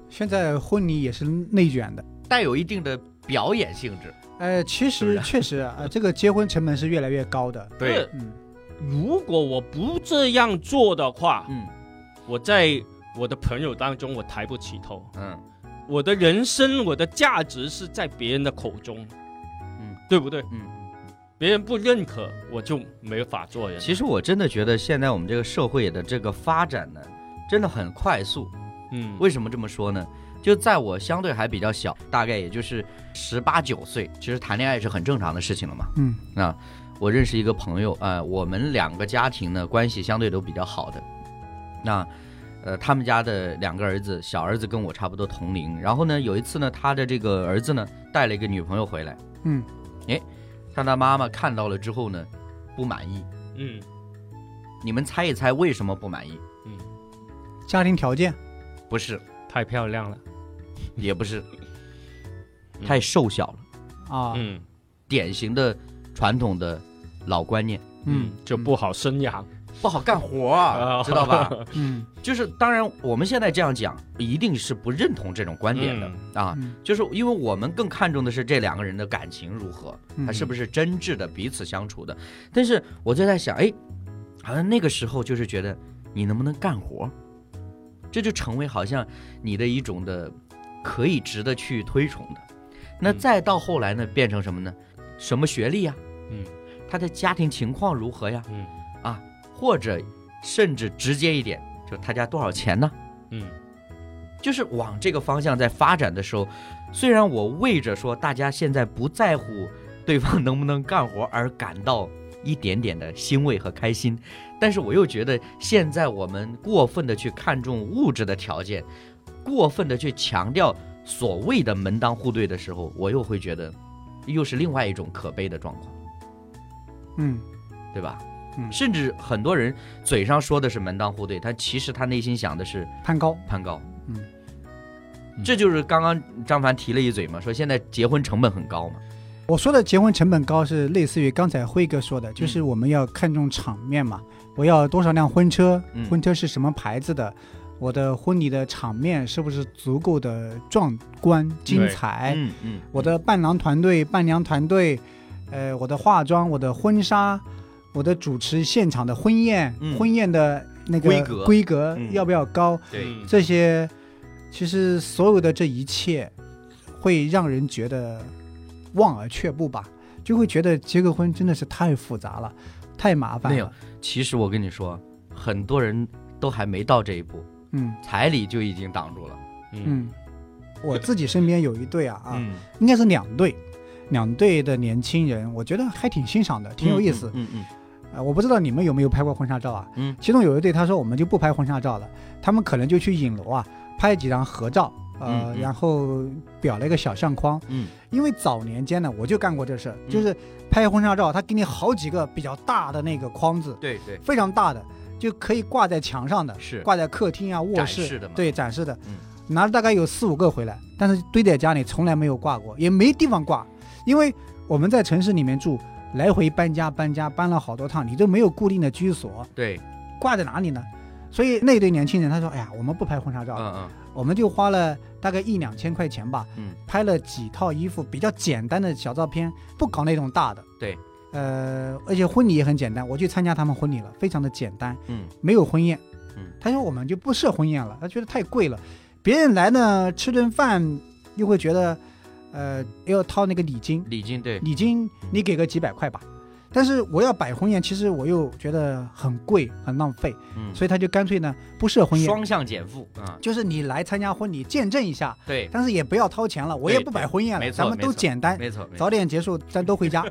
Speaker 2: 现在婚礼也是内卷的。
Speaker 1: 带有一定的表演性质，
Speaker 2: 呃，其
Speaker 1: 是
Speaker 2: 实
Speaker 1: 不
Speaker 2: 确实啊、呃这个结婚成本是越来越高的。
Speaker 1: 对
Speaker 3: 这
Speaker 2: 嗯，
Speaker 3: 如果我不这样做的话，
Speaker 1: 嗯
Speaker 3: 我在我的朋友当中我抬不起头，
Speaker 1: 嗯。
Speaker 3: 我的人生我的价值是在别人的口中，
Speaker 1: 嗯，
Speaker 3: 对不对？
Speaker 1: 嗯，
Speaker 3: 别人不认可，我就没法做人。
Speaker 1: 其实我真的觉得现在我们这个社会的这个发展呢，真的很快速。
Speaker 3: 嗯，
Speaker 1: 为什么这么说呢？就在我相对还比较小，大概也就是十八九岁，其实谈恋爱是很正常的事情了嘛。
Speaker 2: 嗯，
Speaker 1: 那我认识一个朋友，呃，我们两个家庭呢关系相对都比较好的。那呃，他们家的两个儿子，小儿子跟我差不多同龄。然后呢，有一次呢，他的这个儿子呢带了一个女朋友回来，
Speaker 2: 嗯，
Speaker 1: 哎，让他妈妈看到了之后呢，不满意。
Speaker 3: 嗯
Speaker 1: 你们猜一猜为什么不满意？
Speaker 3: 嗯，
Speaker 2: 家庭条件，
Speaker 1: 不是，
Speaker 3: 太漂亮了。
Speaker 1: 也不是，
Speaker 3: 嗯
Speaker 1: 太瘦小了，
Speaker 2: 啊，
Speaker 3: 嗯
Speaker 1: 典型的传统的老观念。
Speaker 2: 嗯
Speaker 3: 就不好生养。
Speaker 1: 不好干活啊，
Speaker 3: 啊
Speaker 1: 知道吧？
Speaker 2: 嗯
Speaker 1: 就是当然我们现在这样讲，一定是不认同这种观点的、啊。
Speaker 2: 嗯
Speaker 1: 就是因为我们更看重的是这两个人的感情如何，
Speaker 2: 嗯
Speaker 1: 他是不是真挚的彼此相处的。但是我就在想，哎，好像那个时候就是觉得你能不能干活，这就成为好像你的一种的可以值得去推崇的。那
Speaker 3: 嗯
Speaker 1: 再到后来呢，变成什么呢？什么学历呀、
Speaker 3: 嗯
Speaker 1: 他的家庭情况如何呀？
Speaker 3: 嗯
Speaker 1: 啊，或者甚至直接一点，就他家多少钱呢？
Speaker 3: 嗯
Speaker 1: 就是往这个方向在发展的时候，虽然我为着说大家现在不在乎对方能不能干活而感到一点点的欣慰和开心，但是我又觉得现在我们过分的去看重物质的条件，过分的去强调所谓的门当户对的时候，我又会觉得又是另外一种可悲的状况。
Speaker 2: 嗯
Speaker 1: 对吧？
Speaker 2: 嗯
Speaker 1: 甚至很多人嘴上说的是门当户对，但其实他内心想的是
Speaker 2: 攀高，
Speaker 1: 攀高。嗯
Speaker 2: 嗯，
Speaker 1: 这就是刚刚张凡提了一嘴嘛，说现在结婚成本很高嘛。
Speaker 2: 我说的结婚成本高是类似于刚才辉哥说的，
Speaker 1: 嗯
Speaker 2: 就是我们要看重场面嘛，我要多少辆婚车
Speaker 1: 嗯，
Speaker 2: 婚车是什么牌子的，我的婚礼的场面是不是足够的壮观精彩，
Speaker 1: 嗯嗯，
Speaker 2: 我的伴郎团队、伴娘团队，呃，我的化妆、我的婚纱、我的主持现场的婚宴、
Speaker 1: 嗯
Speaker 2: 婚宴的那个
Speaker 1: 规格
Speaker 2: 规格
Speaker 1: 嗯
Speaker 2: 要不要高，
Speaker 1: 对，
Speaker 2: 嗯这些其实所有的这一切，会让人觉得望而却步吧，就会觉得结个婚真的是太复杂了，太麻烦
Speaker 1: 没有
Speaker 2: 了。
Speaker 1: 其实我跟你说，很多人都还没到这一步，
Speaker 2: 嗯
Speaker 1: 彩礼就已经挡住了。
Speaker 2: 嗯，我自己身边有一对啊啊，
Speaker 1: 嗯，
Speaker 2: 应该是两对，两对的年轻人，我觉得还挺欣赏的，挺有意思。
Speaker 1: 嗯嗯
Speaker 2: 呃，我不知道你们有没有拍过婚纱照啊？
Speaker 1: 嗯
Speaker 2: 其中有一对他说我们就不拍婚纱照了，他们可能就去影楼啊拍几张合照，呃，
Speaker 1: 嗯嗯
Speaker 2: 然后裱了一个小相框。
Speaker 1: 嗯
Speaker 2: 因为早年间呢，我就干过这事儿，
Speaker 1: 嗯
Speaker 2: 就是拍婚纱照，他给你好几个比较大的那个框子
Speaker 1: 嗯，，对对，
Speaker 2: 非常大的，就可以挂在墙上的，
Speaker 1: 是
Speaker 2: 挂在客厅啊、卧
Speaker 1: 展
Speaker 2: 室
Speaker 1: 示的嘛
Speaker 2: 对，展示的，
Speaker 1: 嗯
Speaker 2: 拿了大概有四五个回来，但是堆在家里从来没有挂过，也没地方挂，因为我们在城市里面住，来回搬家搬家搬了好多趟，你都没有固定的居所，
Speaker 1: 对，
Speaker 2: 挂在哪里呢？所以那对年轻人他说：“哎呀，我们不拍婚纱照了，
Speaker 1: 嗯
Speaker 2: 我们就花了大概一两千块钱吧，
Speaker 1: 嗯
Speaker 2: 拍了几套衣服，比较简单的小照片，不搞那种大的。
Speaker 1: 对，
Speaker 2: 呃，而且婚礼也很简单，我去参加他们婚礼了，非常的简单，
Speaker 1: 嗯
Speaker 2: 没有婚宴。
Speaker 1: 嗯，
Speaker 2: 他说我们就不设婚宴了，他觉得太贵了，别人来呢吃顿饭，又会觉得，呃，要掏那个礼金
Speaker 1: 嗯，，礼金对，
Speaker 2: 礼金你给个几百块吧。但是我要摆婚宴，其实我又觉得很贵，很浪费，
Speaker 1: 嗯，
Speaker 2: 所以他就干脆呢不设婚宴，
Speaker 1: 双向减负啊，
Speaker 2: 就是你来参加婚礼见证一下，
Speaker 1: 对，
Speaker 2: 但是也不要掏钱了，我也不摆婚宴
Speaker 1: 对没
Speaker 2: 了，
Speaker 1: 错
Speaker 2: 咱们都简单，
Speaker 1: 没错，没错
Speaker 2: 早点结束，咱都回 家。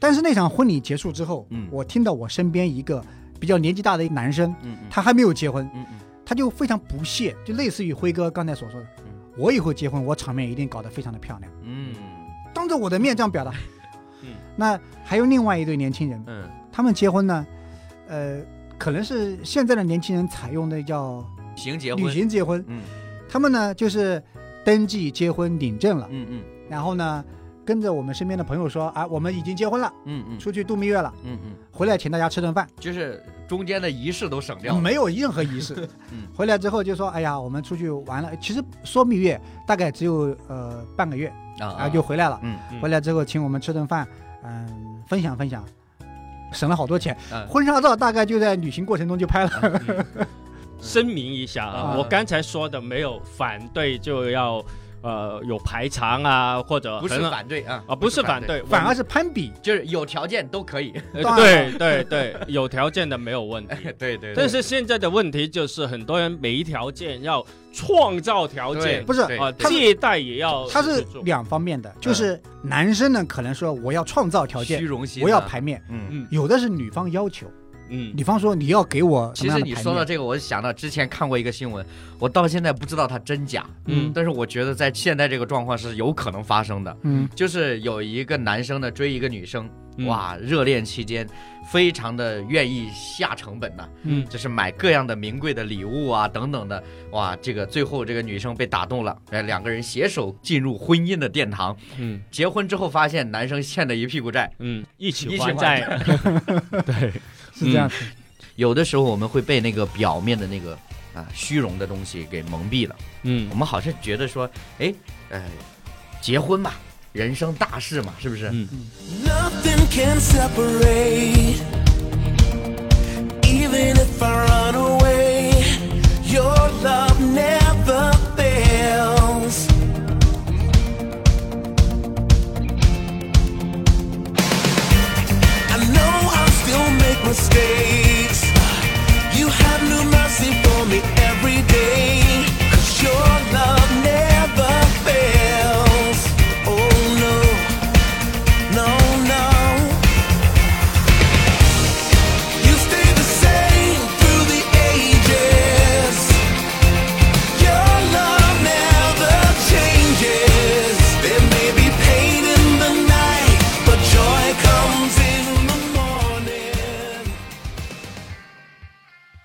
Speaker 2: 但是那场婚礼结束之后，
Speaker 1: 嗯
Speaker 2: 我听到我身边一个比较年纪大的一个男生，
Speaker 1: 嗯嗯
Speaker 2: 他还没有结婚，
Speaker 1: 嗯嗯
Speaker 2: 他就非常不屑，就类似于辉哥刚才所说的
Speaker 1: 嗯，
Speaker 2: 我以后结婚，我场面一定搞得非常的漂亮，
Speaker 1: 嗯
Speaker 2: 当着我的面这样 表达
Speaker 3: 嗯。
Speaker 2: 那还有另外一对年轻人，
Speaker 1: 嗯
Speaker 2: 他们结婚呢，呃，可能是现在的年轻人采用的叫
Speaker 1: 嗯，行结婚
Speaker 2: 旅，行结婚，
Speaker 1: 嗯
Speaker 2: 他们呢就是登记结婚领证了。
Speaker 1: 嗯嗯。
Speaker 2: 然后呢，跟着我们身边的朋友说，啊，我们已经结婚了，
Speaker 1: 嗯嗯
Speaker 2: 出去度蜜月了，
Speaker 1: 嗯嗯，
Speaker 2: 回来请大家吃顿饭，
Speaker 1: 就是中间的仪式都省掉了。
Speaker 2: 没有任何仪式
Speaker 1: 嗯。
Speaker 2: 回来之后就说，哎呀，我们出去玩了。其实说蜜月大概只有呃半个月
Speaker 1: 啊
Speaker 2: 啊，就回来了。
Speaker 1: 嗯
Speaker 3: 嗯
Speaker 2: 回来之后请我们吃顿饭，嗯，分享分享，省了好多钱。
Speaker 1: 嗯
Speaker 2: 婚纱照大概就在旅行过程中就拍了。
Speaker 3: 嗯声明一下啊，
Speaker 2: 啊
Speaker 3: 我刚才说的没有反对就要呃有排场啊，或者
Speaker 1: 不是
Speaker 3: 很
Speaker 1: 反对啊
Speaker 3: 啊不是反，对，
Speaker 2: 反而
Speaker 3: 是
Speaker 2: 是攀比，
Speaker 1: 就是有条件都可 以。
Speaker 2: 当然
Speaker 3: 对对对， 有条件的没有问题。
Speaker 1: 对对
Speaker 3: 但是现在的问题就是很多人没条件，要创造条件
Speaker 2: 不是
Speaker 3: 啊，
Speaker 2: 他是
Speaker 3: 借贷也要
Speaker 2: 它
Speaker 1: 哦
Speaker 2: 是
Speaker 3: 去做
Speaker 2: 两方面的，就是男生呢可能说我要创造条
Speaker 1: 嗯虚
Speaker 2: 件，
Speaker 1: 荣心，
Speaker 2: 我要。排面，
Speaker 1: 嗯，
Speaker 3: 嗯
Speaker 2: 有的是女方要求。
Speaker 3: 嗯
Speaker 2: 比方说你要给我什
Speaker 1: 其
Speaker 2: 么
Speaker 1: 实
Speaker 2: 样的
Speaker 1: 你
Speaker 2: 排
Speaker 1: 说到
Speaker 2: 面？
Speaker 1: 这个，我想到之前看过一个新闻，我到现在不知道它真假，
Speaker 3: 嗯
Speaker 1: 但是我觉得在现在这个状况是有可能发生的。
Speaker 2: 嗯
Speaker 1: 就是有一个男生呢追一个女生，
Speaker 3: 嗯
Speaker 1: 哇，热恋期间非常的愿意下成本呐、
Speaker 3: 嗯
Speaker 1: 就是买各样的名贵的礼物啊等等的，哇，这个最后这个女生被打动了，哎，两个人携手进入婚姻的殿堂。
Speaker 3: 嗯
Speaker 1: 结婚之后发现男生欠了一屁股债，
Speaker 3: 嗯，一起
Speaker 1: 一起
Speaker 3: 还
Speaker 1: 还
Speaker 3: 债，对，
Speaker 2: 是这样子。
Speaker 1: 有的时候我们会被那个表面的那个啊虚荣的东西给蒙蔽了。
Speaker 3: 嗯
Speaker 1: 我们好像觉得说，哎，呃，结婚嘛，人生大事嘛，是不是？
Speaker 3: 嗯
Speaker 4: Nothing can separate. Even if I run away, your love never fails. I know I'll still make mistakes. You have new mercy for me every day. 'Cause your love never fails. Oh no no, no. You stay the same through the ages. Your love never changes. There may be pain in the night, but joy comes in the morning.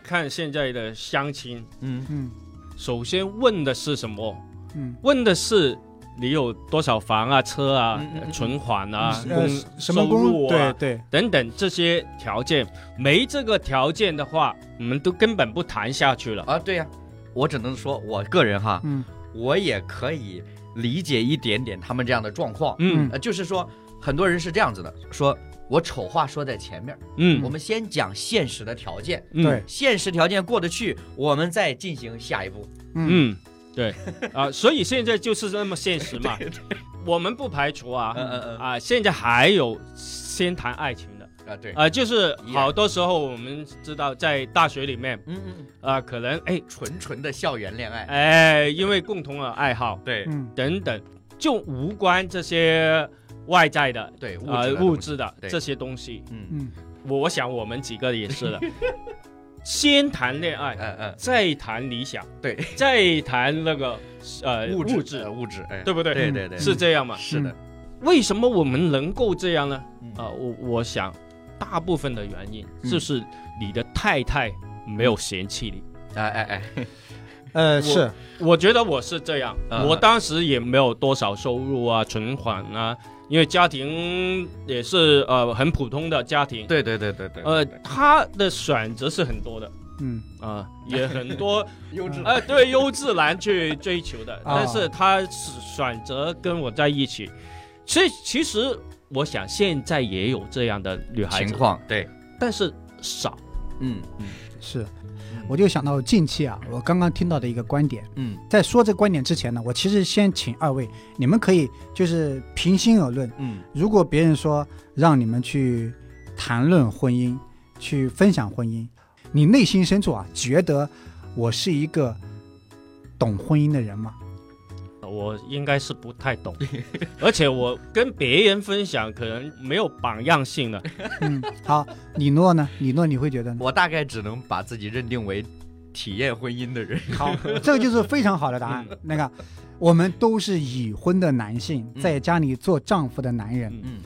Speaker 3: 看现在的相亲，
Speaker 1: 嗯
Speaker 2: 嗯
Speaker 3: 首先问的是什么？
Speaker 2: 嗯，
Speaker 3: 问的是你有多少房啊、车啊、
Speaker 1: 嗯嗯嗯
Speaker 3: 存款啊、
Speaker 2: 呃
Speaker 3: 工，
Speaker 2: 什么
Speaker 3: 收入
Speaker 2: 工？对
Speaker 3: 啊
Speaker 2: 对，
Speaker 3: 等等这些条件。没这个条件的话，我们都根本不谈下去了。
Speaker 1: 啊，对呀、我只能说我个人哈，
Speaker 2: 嗯
Speaker 1: 我也可以理解一点点他们这样的状况。
Speaker 3: 嗯
Speaker 1: 呃，就是说，很多人是这样子的，说我丑话说在前面儿，我
Speaker 3: 嗯
Speaker 1: 们先讲现实的条件，
Speaker 3: 嗯，
Speaker 2: 对，
Speaker 1: 现实条件过得去，我们再进行下一步。
Speaker 2: 嗯
Speaker 3: 嗯，对啊，所以现在就是这么现实嘛。我们不排除啊
Speaker 1: 嗯嗯嗯
Speaker 3: 啊，现在还有先谈爱情的
Speaker 1: 啊，对，
Speaker 3: 啊，就是
Speaker 1: 一样
Speaker 3: 好多时候我们知道在大学里面
Speaker 1: 嗯嗯，
Speaker 3: 啊，可能哎
Speaker 1: 纯纯的校园恋爱，
Speaker 3: 哎，因为共同的爱好
Speaker 1: 对
Speaker 2: 嗯
Speaker 3: 等等，就无关这些外在的
Speaker 1: 对，物
Speaker 3: 啊
Speaker 1: 质的
Speaker 3: 物
Speaker 1: 东西，
Speaker 3: 质的
Speaker 1: 对
Speaker 3: 这些东西。
Speaker 1: 嗯
Speaker 2: 嗯
Speaker 3: 我想我们几个也是 的，先谈恋爱，
Speaker 1: 嗯嗯，
Speaker 3: 再谈理想，
Speaker 1: 对，
Speaker 3: 再谈那个呃
Speaker 1: 物质
Speaker 3: 物质
Speaker 1: 呃，物质，哎，
Speaker 3: 对不对？
Speaker 1: 对
Speaker 2: 嗯
Speaker 1: 对对，
Speaker 3: 是这样嘛？
Speaker 1: 是的，
Speaker 3: 为什么我们能够这样呢？
Speaker 1: 嗯
Speaker 3: 啊、我我想，大部分的原因
Speaker 1: 嗯
Speaker 3: 就是你的太太没有嫌弃你。
Speaker 1: 哎哎哎，
Speaker 2: 呃是
Speaker 3: 我觉得我是这样，
Speaker 1: 嗯
Speaker 3: 我当时也没有多少收入啊，存款啊，因为家庭也是呃很普通的家庭。
Speaker 1: 对对对对对，
Speaker 3: 呃，
Speaker 1: 对
Speaker 3: 他的选择是很多的
Speaker 2: 嗯
Speaker 3: 啊、也很多
Speaker 1: 优质的
Speaker 3: 呃对优质男去追求的，
Speaker 2: 啊
Speaker 3: 但是他是选择跟我在一起。所以其实我想现在也有这样的女孩
Speaker 1: 情
Speaker 3: 子，
Speaker 1: 况，对，
Speaker 3: 但是少。
Speaker 1: 嗯
Speaker 2: 是，我就想到近期啊，我刚刚听到的一个观点。
Speaker 1: 嗯
Speaker 2: 在说这观点之前呢，我其实先请二位，你们可以就是平心而论，
Speaker 1: 嗯
Speaker 2: 如果别人说让你们去谈论婚姻，去分享婚姻，你内心深处啊觉得我是一个懂婚姻的人 吗？
Speaker 3: 我应该是不太 懂，而且我跟别人分享可能没有榜样性的，
Speaker 2: 嗯，好，李诺呢？李诺你会觉得呢？
Speaker 1: 我大概只能把自己认定为体验婚姻的人，
Speaker 2: 好，这个就是非常好的答案。
Speaker 3: 嗯
Speaker 2: 那个，我们都是已婚的男性，
Speaker 1: 嗯
Speaker 2: 在家里做丈夫的男人，
Speaker 3: 嗯
Speaker 1: 嗯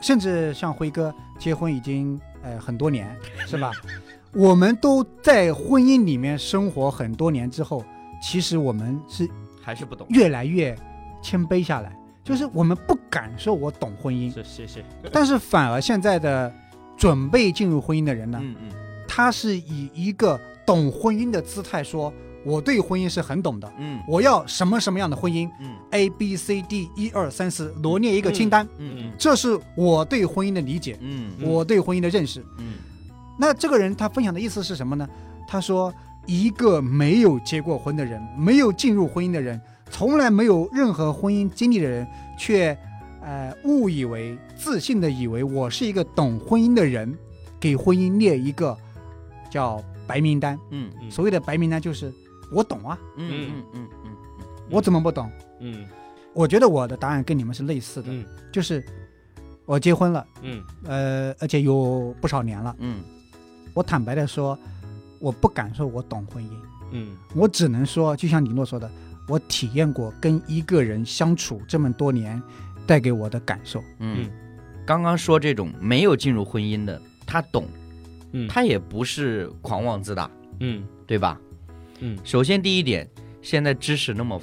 Speaker 2: 甚至像辉哥结婚已经呃很多年，是吧？ 我们都在婚姻里面生活很多年之后，其实我们是
Speaker 1: 还是不懂，
Speaker 2: 越来越谦卑下来，就是我们不敢说我懂婚姻，
Speaker 3: 是谢谢。
Speaker 2: 但是反而现在的准备进入婚姻的人呢，
Speaker 1: 嗯嗯
Speaker 2: 他是以一个懂婚姻的姿态说，我对婚姻是很懂的，
Speaker 1: 嗯
Speaker 2: 我要什么什么样的婚姻
Speaker 1: 嗯
Speaker 2: ，A B C D 一二三四罗列一个清单，
Speaker 1: 嗯
Speaker 2: 这是我对婚姻的理解，
Speaker 1: 嗯
Speaker 2: 我对婚姻的认识。
Speaker 1: 嗯
Speaker 2: 那这个人他分享的意思是什么呢？他说，一个没有结过婚的人，没有进入婚姻的人，从来没有任何婚姻经历的人，却呃误以为自信的以为我是一个懂婚姻的人，给婚姻列一个叫白名单。
Speaker 1: 嗯
Speaker 3: 嗯
Speaker 2: 所谓的白名单就是我懂啊，
Speaker 1: 嗯嗯嗯嗯
Speaker 2: 我怎么不懂？
Speaker 3: 嗯
Speaker 2: 我觉得我的答案跟你们是类似的，
Speaker 3: 嗯
Speaker 2: 就是我结婚了，
Speaker 3: 嗯
Speaker 2: 呃，而且有不少年了。
Speaker 1: 嗯
Speaker 2: 我坦白的说，我不敢说我懂婚姻。
Speaker 3: 嗯
Speaker 2: 我只能说，就像李诺说的，我体验过跟一个人相处这么多年带给我的感受。
Speaker 1: 嗯，刚刚说这种没有进入婚姻的，他懂，
Speaker 3: 嗯
Speaker 1: 他也不是狂妄自大，
Speaker 3: 嗯
Speaker 1: 对吧？
Speaker 3: 嗯
Speaker 1: 首先第一点，现在知识那么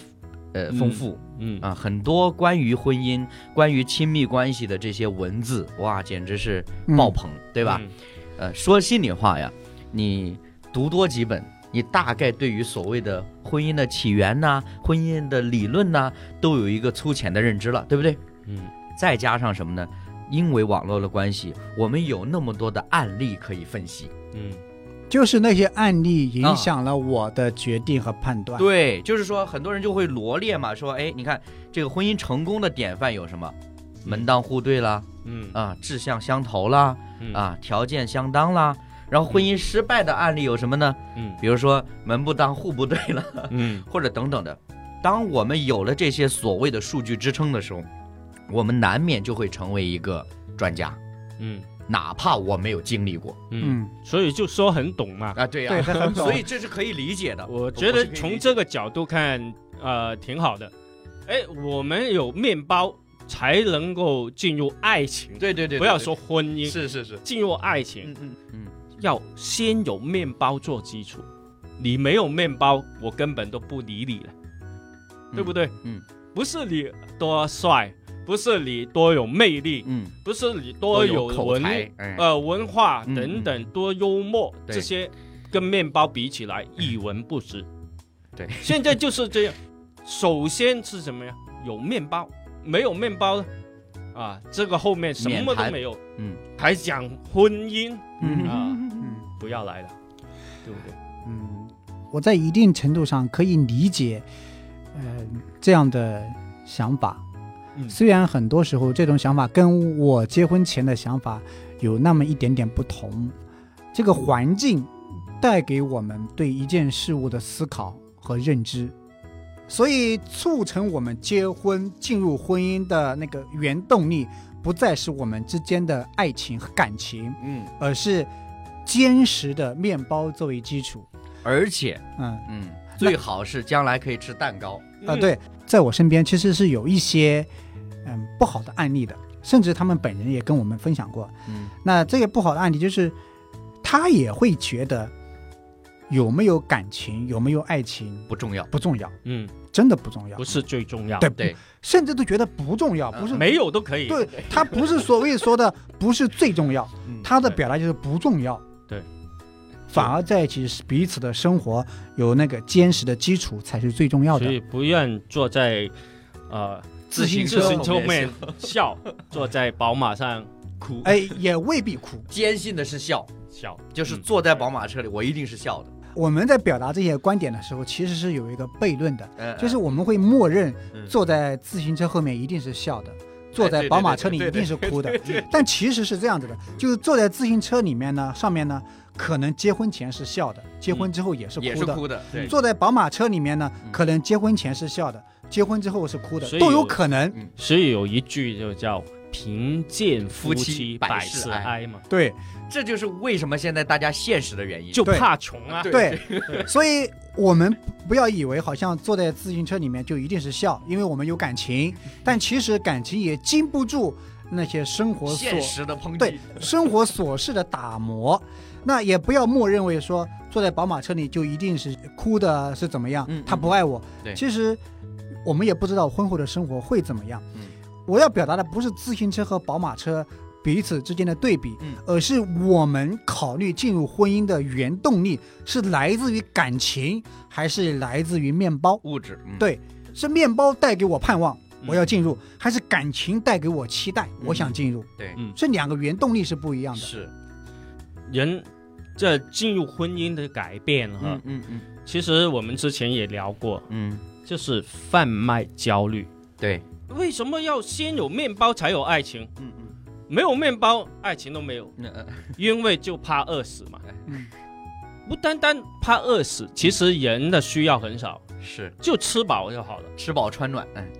Speaker 1: 呃丰富，
Speaker 3: 嗯
Speaker 1: 啊，很多关于婚姻、关于亲密关系
Speaker 2: 嗯
Speaker 1: 的这些文字，哇，简直是爆棚，对吧？？呃，说心里话呀，你读多几本，你大概对于所谓的婚姻的起源呐、婚姻的理论呐、都有一个粗浅的认知了，对不对？
Speaker 3: 嗯，
Speaker 1: 再加上什么呢？因为网络的关系，我们有那么多的案例可以分析。
Speaker 3: 嗯，
Speaker 2: 就是那些案例
Speaker 1: 啊
Speaker 2: 影响了我的决定和判断。
Speaker 1: 对，就是说很多人就会罗列嘛，说哎，你看这个婚姻成功的典范有什么？门当户对啦，
Speaker 3: 嗯，
Speaker 1: 啊，志向相投啦，
Speaker 3: 嗯，
Speaker 1: 啊，条件相当啦。然后婚姻失败的案例有什么呢？
Speaker 3: 嗯，
Speaker 1: 比如说门不当户不对了，
Speaker 3: 嗯，
Speaker 1: 或者等等的。当我们有了这些所谓的数据支撑的时候，我们难免就会成为一个专家，
Speaker 3: 嗯，
Speaker 1: 哪怕我没有经历过
Speaker 3: 嗯，
Speaker 2: 嗯，
Speaker 3: 所以就说很懂嘛。
Speaker 1: 啊。对呀、
Speaker 2: 对，他很懂
Speaker 1: 所以。这是可以理解的。
Speaker 3: 我觉得从这
Speaker 1: 个
Speaker 3: 个角度看，呃，挺好的。哎，我们有面包才能够进入爱情，
Speaker 1: 对对对，对
Speaker 3: 不要说婚姻，
Speaker 1: 是是是，
Speaker 3: 进入爱情
Speaker 1: 嗯嗯嗯，
Speaker 3: 要先有面包做基础。你没有面包，我根本都不理你了，对不对？
Speaker 1: 嗯
Speaker 3: 不是你多帅，不是你多有魅力，
Speaker 1: 嗯，
Speaker 3: 不是你
Speaker 1: 都
Speaker 3: 多有
Speaker 1: 口
Speaker 3: 文
Speaker 1: 才，哎
Speaker 3: 呃文化
Speaker 1: 嗯
Speaker 3: 等
Speaker 1: 嗯
Speaker 3: 等，多幽默，
Speaker 1: 对
Speaker 3: 这些跟面包比起来一文不值。
Speaker 1: 对
Speaker 3: 现在就是这样。首先是什么呀？有面包，没有面包呢？啊，这个后面什
Speaker 1: 免
Speaker 3: 么都
Speaker 1: 谈
Speaker 3: 没有，
Speaker 1: 嗯，
Speaker 3: 还讲婚姻，
Speaker 2: 嗯
Speaker 3: 啊
Speaker 2: 嗯
Speaker 3: 不要来了，对不对？
Speaker 2: 嗯，我在一定程度上可以理解，呃，这样的想法。
Speaker 3: 嗯
Speaker 2: 虽然很多时候这种想法跟我结婚前的想法有那么一点点不同，这个环境带给我们对一件事物的思考和认知，所以促成我们结婚进入婚姻的那个原动力，不再是我们之间的爱情和感情，
Speaker 1: 嗯，
Speaker 2: 而是坚实的面包作为基础。
Speaker 1: 而且
Speaker 2: 嗯，
Speaker 1: 嗯，最好是将来可以吃蛋糕。
Speaker 2: 啊，对，在我身边其实是有一些嗯不好的案例的，甚至他们本人也跟我们分享过。
Speaker 1: 嗯
Speaker 2: 那这个不好的案例就是，他也会觉得有没有感情、有没有爱情
Speaker 1: 不重要。
Speaker 2: 不重要，
Speaker 3: 嗯，
Speaker 2: 真的不重要
Speaker 3: 不。是最重要，
Speaker 2: 对
Speaker 1: 对，
Speaker 2: 甚至都觉得不重要，不是、
Speaker 3: 没有都可以，
Speaker 2: 对他不是所谓说的不是最重要，
Speaker 1: 嗯
Speaker 2: 他的
Speaker 3: 对
Speaker 2: 表达就是不重要。
Speaker 3: 对，
Speaker 2: 反而在一起彼此的生活有那个坚实的基础才是最重要
Speaker 3: 所以
Speaker 2: 的。
Speaker 3: 不愿坐在呃
Speaker 1: 自行车
Speaker 3: 自行车
Speaker 1: 后
Speaker 3: 后
Speaker 1: 面
Speaker 3: 面笑，坐在宝马上哭
Speaker 2: 哎，也未必苦。
Speaker 1: 坚信的是笑，
Speaker 3: 笑，
Speaker 1: 就是
Speaker 3: 嗯
Speaker 1: 坐在宝马车里，我一定是笑的。
Speaker 2: 我们在表达这些观点的时候，其实是有一个悖论的，
Speaker 3: 呃
Speaker 1: 嗯
Speaker 2: 就是我们会默认
Speaker 1: 嗯
Speaker 2: 坐在自行车后面一定是笑的，坐在宝马车里一定是哭的。但其实是这样子的，就是坐在自行车里面呢，上面呢，可能结婚前是笑的，结婚之后也是
Speaker 1: 嗯也
Speaker 2: 哭
Speaker 1: 是
Speaker 2: 的。
Speaker 1: 哭的，对，
Speaker 2: 坐在宝马车里面呢
Speaker 1: 嗯，
Speaker 2: 可能结婚前是笑的，结婚之后是哭的，
Speaker 3: 所以
Speaker 2: 都
Speaker 3: 有
Speaker 2: 有可能。
Speaker 3: 所以有一句就叫“贫贱夫
Speaker 1: 夫
Speaker 3: 妻
Speaker 1: 妻
Speaker 3: 百
Speaker 1: 百
Speaker 3: 事
Speaker 1: 事
Speaker 3: 哀”嘛，
Speaker 2: 对
Speaker 1: 这就是为什么现在大家现实的原因。
Speaker 3: 就
Speaker 2: 对
Speaker 3: 怕穷啊。
Speaker 2: 对，所以我们不要以为好像坐在自行车里面就一定是笑，因为我们有感情，但其实感情也经不住那些生活所
Speaker 1: 现实的抨
Speaker 2: 对
Speaker 1: 击，
Speaker 2: 生活琐事的打磨。那也不要默认为说坐在宝马车里就一定是哭的是怎么样，
Speaker 1: 嗯嗯
Speaker 2: 他不爱我。
Speaker 1: 对
Speaker 2: 其实我们也不知道婚后的生活会怎么样。
Speaker 1: 嗯
Speaker 2: 我要表达的不是自行车和宝马车彼此之间的对比，
Speaker 1: 嗯
Speaker 2: 而是我们考虑进入婚姻的原动力是来自于感情，还是来自于面包？
Speaker 1: 物质，嗯
Speaker 2: 对是面包带给我盼望，
Speaker 3: 嗯
Speaker 2: 我要进入，还是感情带给我期待，我想进入？
Speaker 1: 对，
Speaker 3: 嗯，
Speaker 2: 这两个原动力是不一样的。
Speaker 1: 是，
Speaker 3: 人这进入婚姻的改变哈、
Speaker 1: 嗯嗯嗯
Speaker 3: 其实我们之前也聊过，
Speaker 1: 嗯，
Speaker 3: 就是贩卖焦虑。
Speaker 1: 对，
Speaker 3: 为什么要先有面包才有爱情？
Speaker 1: 嗯嗯
Speaker 3: 没有面包，爱情都没有，
Speaker 1: 那呃
Speaker 3: 因为就怕饿死嘛。
Speaker 1: 哎
Speaker 2: 嗯
Speaker 3: 不单单怕饿死，其实人的需要很少，
Speaker 1: 是
Speaker 3: 就吃饱就好了。
Speaker 1: 吃饱穿暖，哎，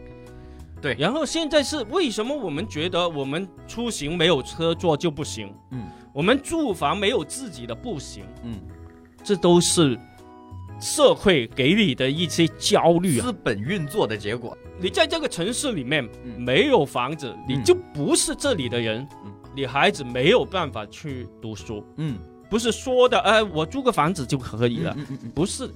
Speaker 1: 对
Speaker 3: 然后现在是为什么我们觉得我们出行没有车坐就不行？
Speaker 1: 嗯，
Speaker 3: 我们住房没有自己的不行，
Speaker 1: 嗯，
Speaker 3: 这都是社会给你的一些焦虑啊。
Speaker 1: 资本运作的结果，
Speaker 3: 你在这个城市里面
Speaker 1: 嗯
Speaker 3: 没有房子，你
Speaker 1: 嗯
Speaker 3: 就不是这里的人
Speaker 1: 嗯，
Speaker 3: 你孩子没有办法去读书，
Speaker 1: 嗯，
Speaker 3: 不是说的，哎，我租个房子就可以了，
Speaker 1: 嗯嗯嗯，
Speaker 3: 不是，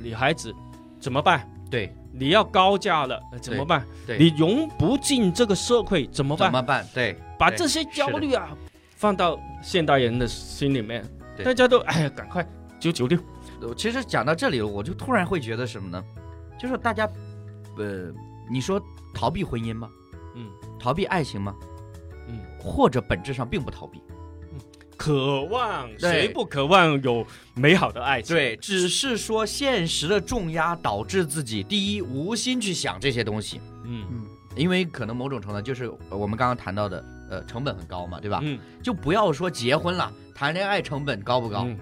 Speaker 3: 你孩子怎么办？
Speaker 1: 对，
Speaker 3: 你要高价了呃怎么办？
Speaker 1: 对
Speaker 3: 你融不进这个社会怎么
Speaker 1: 怎
Speaker 3: 办？
Speaker 1: 么办？对，
Speaker 3: 把
Speaker 1: 对
Speaker 3: 这些焦虑啊放到现代人的心里面，
Speaker 1: 对
Speaker 3: 大家都哎呀，赶快九九六，
Speaker 1: 我其实讲到这里，我就突然会觉得什么呢？就是大家，呃，你说逃避婚姻吗？
Speaker 3: 嗯
Speaker 1: 逃避爱情吗？
Speaker 3: 嗯，
Speaker 1: 或者本质上并不逃避，
Speaker 3: 渴望
Speaker 1: 对
Speaker 3: 谁不渴望有美好的爱情？
Speaker 1: 对，只是说现实的重压导致自己第一无心去想这些东西，
Speaker 3: 嗯
Speaker 2: 嗯，
Speaker 1: 因为可能某种程度就是呃我们刚刚谈到的，呃，成本很高嘛，对吧？
Speaker 3: 嗯，
Speaker 1: 就不要说结婚了，谈恋爱成本高不高？
Speaker 3: 嗯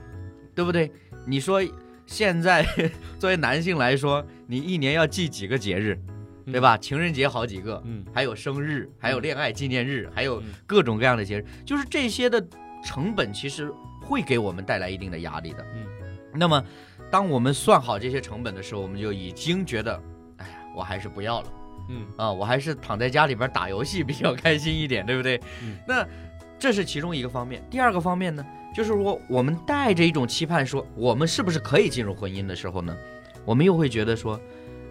Speaker 1: 对不对？你说现在 作为男性来说，你一年要记几个节日，对吧？情人节好几个，
Speaker 3: 嗯
Speaker 1: 还有生日，还有恋爱纪念日，还有
Speaker 3: 嗯
Speaker 1: 各种各样的节日，就是这些的成本其实会给我们带来一定的压力的。
Speaker 3: 嗯，
Speaker 1: 那么当我们算好这些成本的时候，我们就已经觉得，哎呀，我还是不要了。
Speaker 3: 嗯
Speaker 1: 啊，我还是躺在家里边打游戏比较开心一点，对不对？
Speaker 3: 嗯
Speaker 1: 那这是其中一个方面。第二个方面呢，就是说我们带着一种期盼说，我们是不是可以进入婚姻的时候呢，我们又会觉得说，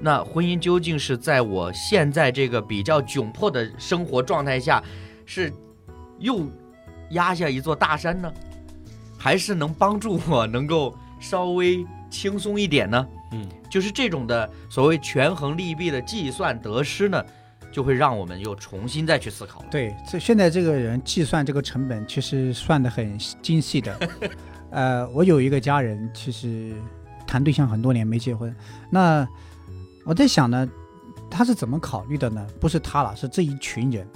Speaker 1: 那婚姻究竟是在我现在这个比较窘迫的生活状态下，是又压下一座大山呢，还是能帮助我能够稍微轻松一点呢？
Speaker 3: 嗯，
Speaker 1: 就是这种的所谓权衡利弊的计算得失呢，就会让我们又重新再去思考了。
Speaker 2: 对，这现在这个人计算这个成本，其实算的很精 细的。呃，我有一个家人，其实谈对象很多年没结婚，那我在想呢，他是怎么考虑的呢？不是他了，是这一群人。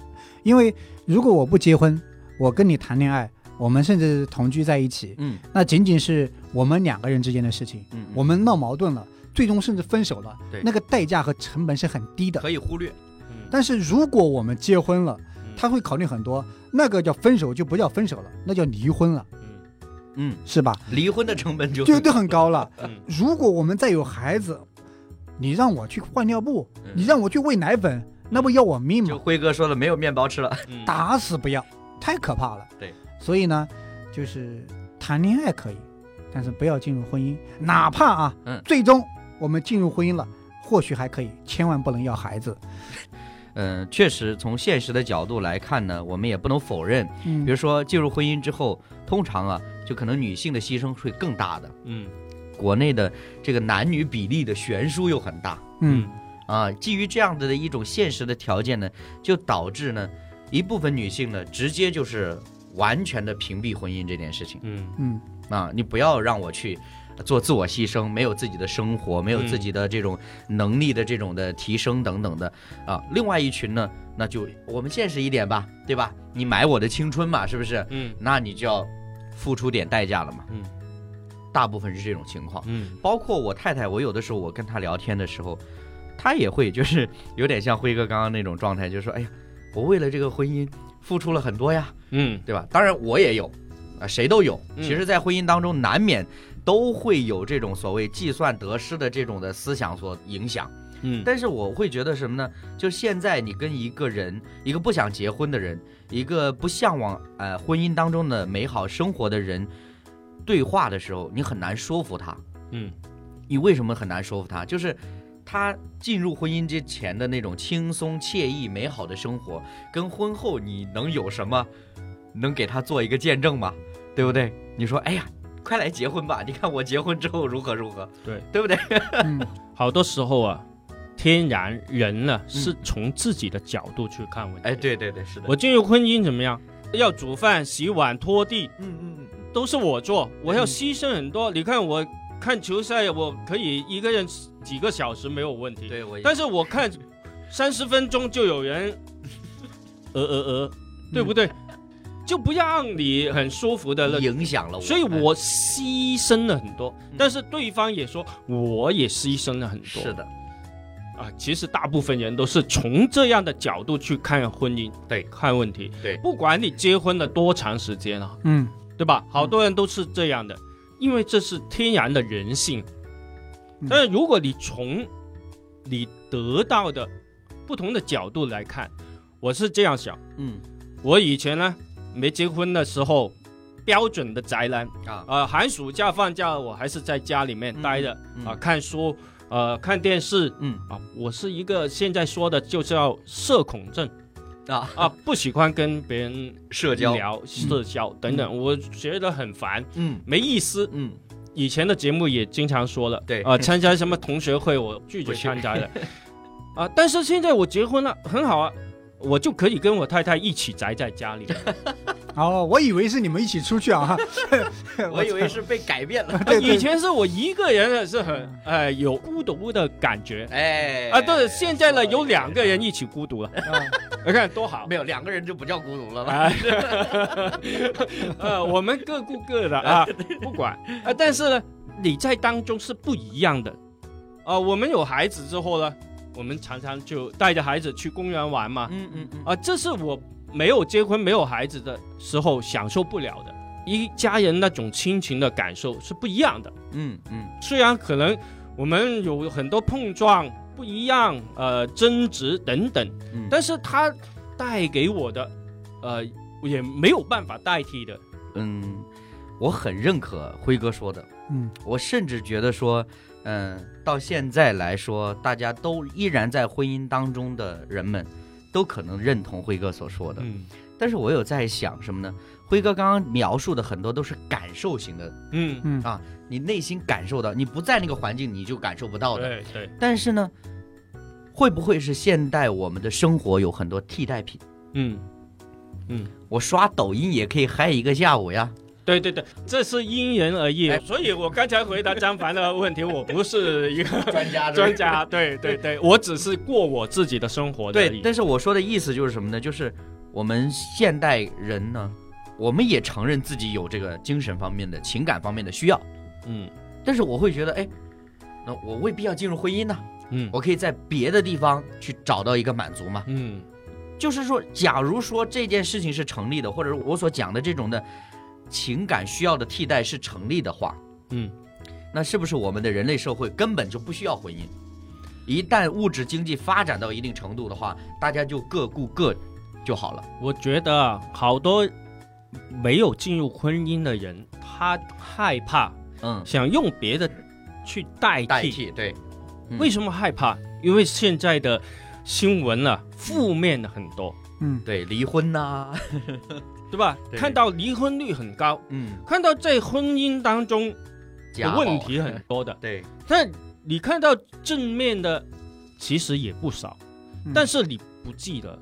Speaker 2: 因为如果我不结婚，我跟你谈恋爱，我们甚至同居在一起，
Speaker 1: 嗯
Speaker 2: 那仅仅是我们两个人之间的事情，
Speaker 1: 嗯，
Speaker 2: 我们闹矛盾了，最终甚至分手了
Speaker 1: 对，
Speaker 2: 那个代价和成本是很低的。
Speaker 1: 可以忽略。
Speaker 3: 嗯
Speaker 2: 但是如果我们结婚了，
Speaker 3: 嗯
Speaker 2: 他会考虑很多，那个叫分手就不叫分手了，那叫离婚了，
Speaker 3: 嗯
Speaker 1: 嗯，
Speaker 2: 是吧？
Speaker 1: 离婚的成本就
Speaker 2: 就都很高了。
Speaker 3: 嗯
Speaker 2: 如果我们再有孩子，你让我去换尿布，
Speaker 1: 嗯
Speaker 2: 你让我去喂奶粉，那不要我命
Speaker 1: 就
Speaker 2: 吗？
Speaker 1: 辉哥说了，没有面包吃了。
Speaker 3: 嗯
Speaker 2: 打死不要，太可怕了。
Speaker 1: 对，
Speaker 2: 所以呢，就是谈恋爱可以，但是不要进入婚姻，哪怕啊，
Speaker 1: 嗯
Speaker 2: 最终我们进入婚姻了，或许还可以，千万不能要孩子。
Speaker 1: 嗯，确实，从现实的角度来看呢，我们也不能否认，
Speaker 2: 嗯
Speaker 1: 比如说进入婚姻之后，通常啊，就可能女性的牺牲会更大的。
Speaker 3: 嗯
Speaker 1: 国内的这个男女比例的悬殊又很大
Speaker 2: 嗯，
Speaker 1: 啊。基于这样的一种现实的条件呢，就导致呢一部分女性呢直接就是完全的屏蔽婚姻这件事情
Speaker 3: 嗯
Speaker 2: 嗯
Speaker 1: 啊。你不要让我去做自我牺牲，没有自己的生活，没有自己的这种能力的这种的提升等等的啊。另外一群呢，那就我们现实一点吧，对吧？你买我的青春嘛，是不是？
Speaker 3: 嗯
Speaker 1: 那你就要付出点代价了嘛。
Speaker 3: 嗯，
Speaker 1: 大部分是这种情况。
Speaker 3: 嗯
Speaker 1: 包括我太太，我有的时候我跟她聊天的时候，她也会就是有点像辉哥刚刚那种状态，就说：“哎呀，我为了这个婚姻付出了很多呀，
Speaker 3: 嗯
Speaker 1: 对吧？”当然我也有，啊，谁都有。
Speaker 3: 嗯
Speaker 1: 其实，在婚姻当中，难免都会有这种所谓计算得失的这种的思想所影响。
Speaker 3: 嗯，
Speaker 1: 但是我会觉得什么呢？就现在你跟一个人，一个不想结婚的人，一个不向往呃婚姻当中的美好生活的人对话的时候，你很难说服他。
Speaker 3: 嗯
Speaker 1: 你为什么很难说服他？就是他进入婚姻之前的那种轻松、惬意、美好的生活，跟婚后你能有什么能给他做一个见证吗？对不对？你说，哎呀，快来结婚吧！你看我结婚之后如何如何？
Speaker 3: 对，
Speaker 1: 对不对？
Speaker 2: 嗯，
Speaker 3: 好多时候啊，天然人呢是从自己的角度去看问题。
Speaker 1: 嗯哎，，对对对，是的。
Speaker 3: 我进入婚姻怎么样？要煮饭、洗碗、拖地
Speaker 1: 嗯嗯嗯
Speaker 3: 都是我做，我要
Speaker 1: 嗯
Speaker 3: 牺牲很多。你看我看球赛，我可以一个人几个小时没有问
Speaker 1: 嗯，
Speaker 3: 题，
Speaker 1: 对我也
Speaker 3: 但是我看三十分钟就有 人，呃呃呃，
Speaker 1: 嗯
Speaker 3: 对不对？就不让你很舒服的那
Speaker 1: 影响了我，
Speaker 3: 所以我牺牲了很多，
Speaker 1: 啊嗯
Speaker 3: 但是对方也说我也牺牲了很多。
Speaker 1: 是的，
Speaker 3: 啊，其实大部分人都是从这样的角度去看婚姻，
Speaker 1: 对
Speaker 3: 看问题，
Speaker 1: 对
Speaker 3: 不管你结婚了多长时间了、
Speaker 2: 嗯
Speaker 3: 对吧？好多人都是这样的，因为这是天然的人性
Speaker 2: 嗯。
Speaker 3: 但是如果你从你得到的不同的角度来看，我是这样想，
Speaker 1: 嗯
Speaker 3: 我以前呢没结婚的时候，标准的宅男，
Speaker 1: 啊
Speaker 3: 呃，寒暑假放假我还是在家里面待着啊、
Speaker 1: 嗯
Speaker 3: 看书，呃，看电视
Speaker 1: 嗯
Speaker 3: 啊。我是一个现在说的就是要社恐症，
Speaker 1: 啊，
Speaker 3: 啊，不喜欢跟别人
Speaker 1: 社交，
Speaker 3: 聊社交等等，我觉得很烦，
Speaker 1: 嗯
Speaker 3: 没意思。
Speaker 1: 嗯，
Speaker 3: 以前的节目也经常说了，
Speaker 1: 对
Speaker 3: 啊、参加什么同学会我拒绝
Speaker 1: 不去
Speaker 3: 参 加的，啊，但是现在我结婚了，很好啊，我就可以跟我太太一起宅在家 里了，
Speaker 2: 哦，我以为是你们一起出去啊，
Speaker 1: 我以为是被改变 了，
Speaker 3: 啊以前是我一个人是很呃有孤独的感觉。
Speaker 1: 哎，
Speaker 3: 啊，对，现在
Speaker 1: 说
Speaker 3: 呢
Speaker 1: 得
Speaker 3: 有
Speaker 1: 对
Speaker 3: 两个人一起孤 独了，
Speaker 2: 啊
Speaker 3: 你看多好
Speaker 1: 没有两个人就不叫孤独了吧？
Speaker 3: 啊！ 呃，我们各顾各的 啊，不管啊。但是呢，你在当中是不一样的啊。我们有孩子之后呢，我们常常就带着孩子去公园玩嘛
Speaker 1: 嗯嗯嗯，
Speaker 3: 啊，这是我没有结婚、没有孩子的时候享受不了的。一家人那种亲情的感受是不一样的。
Speaker 1: 嗯嗯
Speaker 3: 虽然可能我们有很多碰撞、不一样、呃争执等等，
Speaker 1: 嗯，
Speaker 3: 但是它带给我的，呃，也没有办法代替的。
Speaker 1: 嗯，我很认可辉哥说的，
Speaker 2: 嗯，
Speaker 1: 我甚至觉得说，嗯、到现在来说，大家都依然在婚姻当中的人们，都可能认同辉哥所说的。
Speaker 3: 嗯
Speaker 1: 但是我有在想什么呢？辉哥刚刚描述的很多都是感受型的，
Speaker 3: 嗯，
Speaker 2: 嗯
Speaker 1: 啊你内心感受到，你不在那个环境你就感受不到的。
Speaker 3: 对对，
Speaker 1: 但是呢，会不会是现代我们的生活有很多替代品？
Speaker 3: 嗯嗯，
Speaker 1: 我刷抖音也可以嗨一个下午呀。
Speaker 3: 对对对，这是因人而异。
Speaker 1: 哎
Speaker 3: 所以我刚才回答张凡的问题，我不是一个
Speaker 1: 专家
Speaker 3: 专家，对对对，我只是过我自己的生活而
Speaker 1: 对，
Speaker 3: 已。
Speaker 1: 但是我说的意思就是什么呢？就是我们现代人呢，我们也承认自己有这个精神方面的、情感方面的需要，
Speaker 3: 嗯
Speaker 1: 但是我会觉得，哎，那我未必要进入婚姻呢、
Speaker 3: 嗯
Speaker 1: 我可以在别的地方去找到一个满足嘛。
Speaker 3: 嗯
Speaker 1: 就是说，假如说这件事情是成立的，或者是我所讲的这种的情感需要的替代是成立的话，
Speaker 3: 嗯，
Speaker 1: 那是不是我们的人类社会根本就不需要婚姻？一旦物质经济发展到一定程度的话，大家就各顾各就好了。
Speaker 3: 我觉得啊好多没有进入婚姻的人，他害怕
Speaker 1: 嗯，
Speaker 3: 想用别的去代替。
Speaker 1: 代替对，嗯
Speaker 3: 为什么害怕？因为现在的新闻啊，负面的很多，
Speaker 2: 嗯
Speaker 1: 对离婚呐、
Speaker 3: 对吧？
Speaker 1: 对
Speaker 3: 看到离婚率很高，
Speaker 1: 嗯，
Speaker 3: 看到在婚姻当中
Speaker 1: 家
Speaker 3: 的
Speaker 1: 暴啊
Speaker 3: 问题很多的，
Speaker 1: 对，
Speaker 3: 但你看到正面的其实也不少，
Speaker 2: 嗯
Speaker 3: 但是你不记得，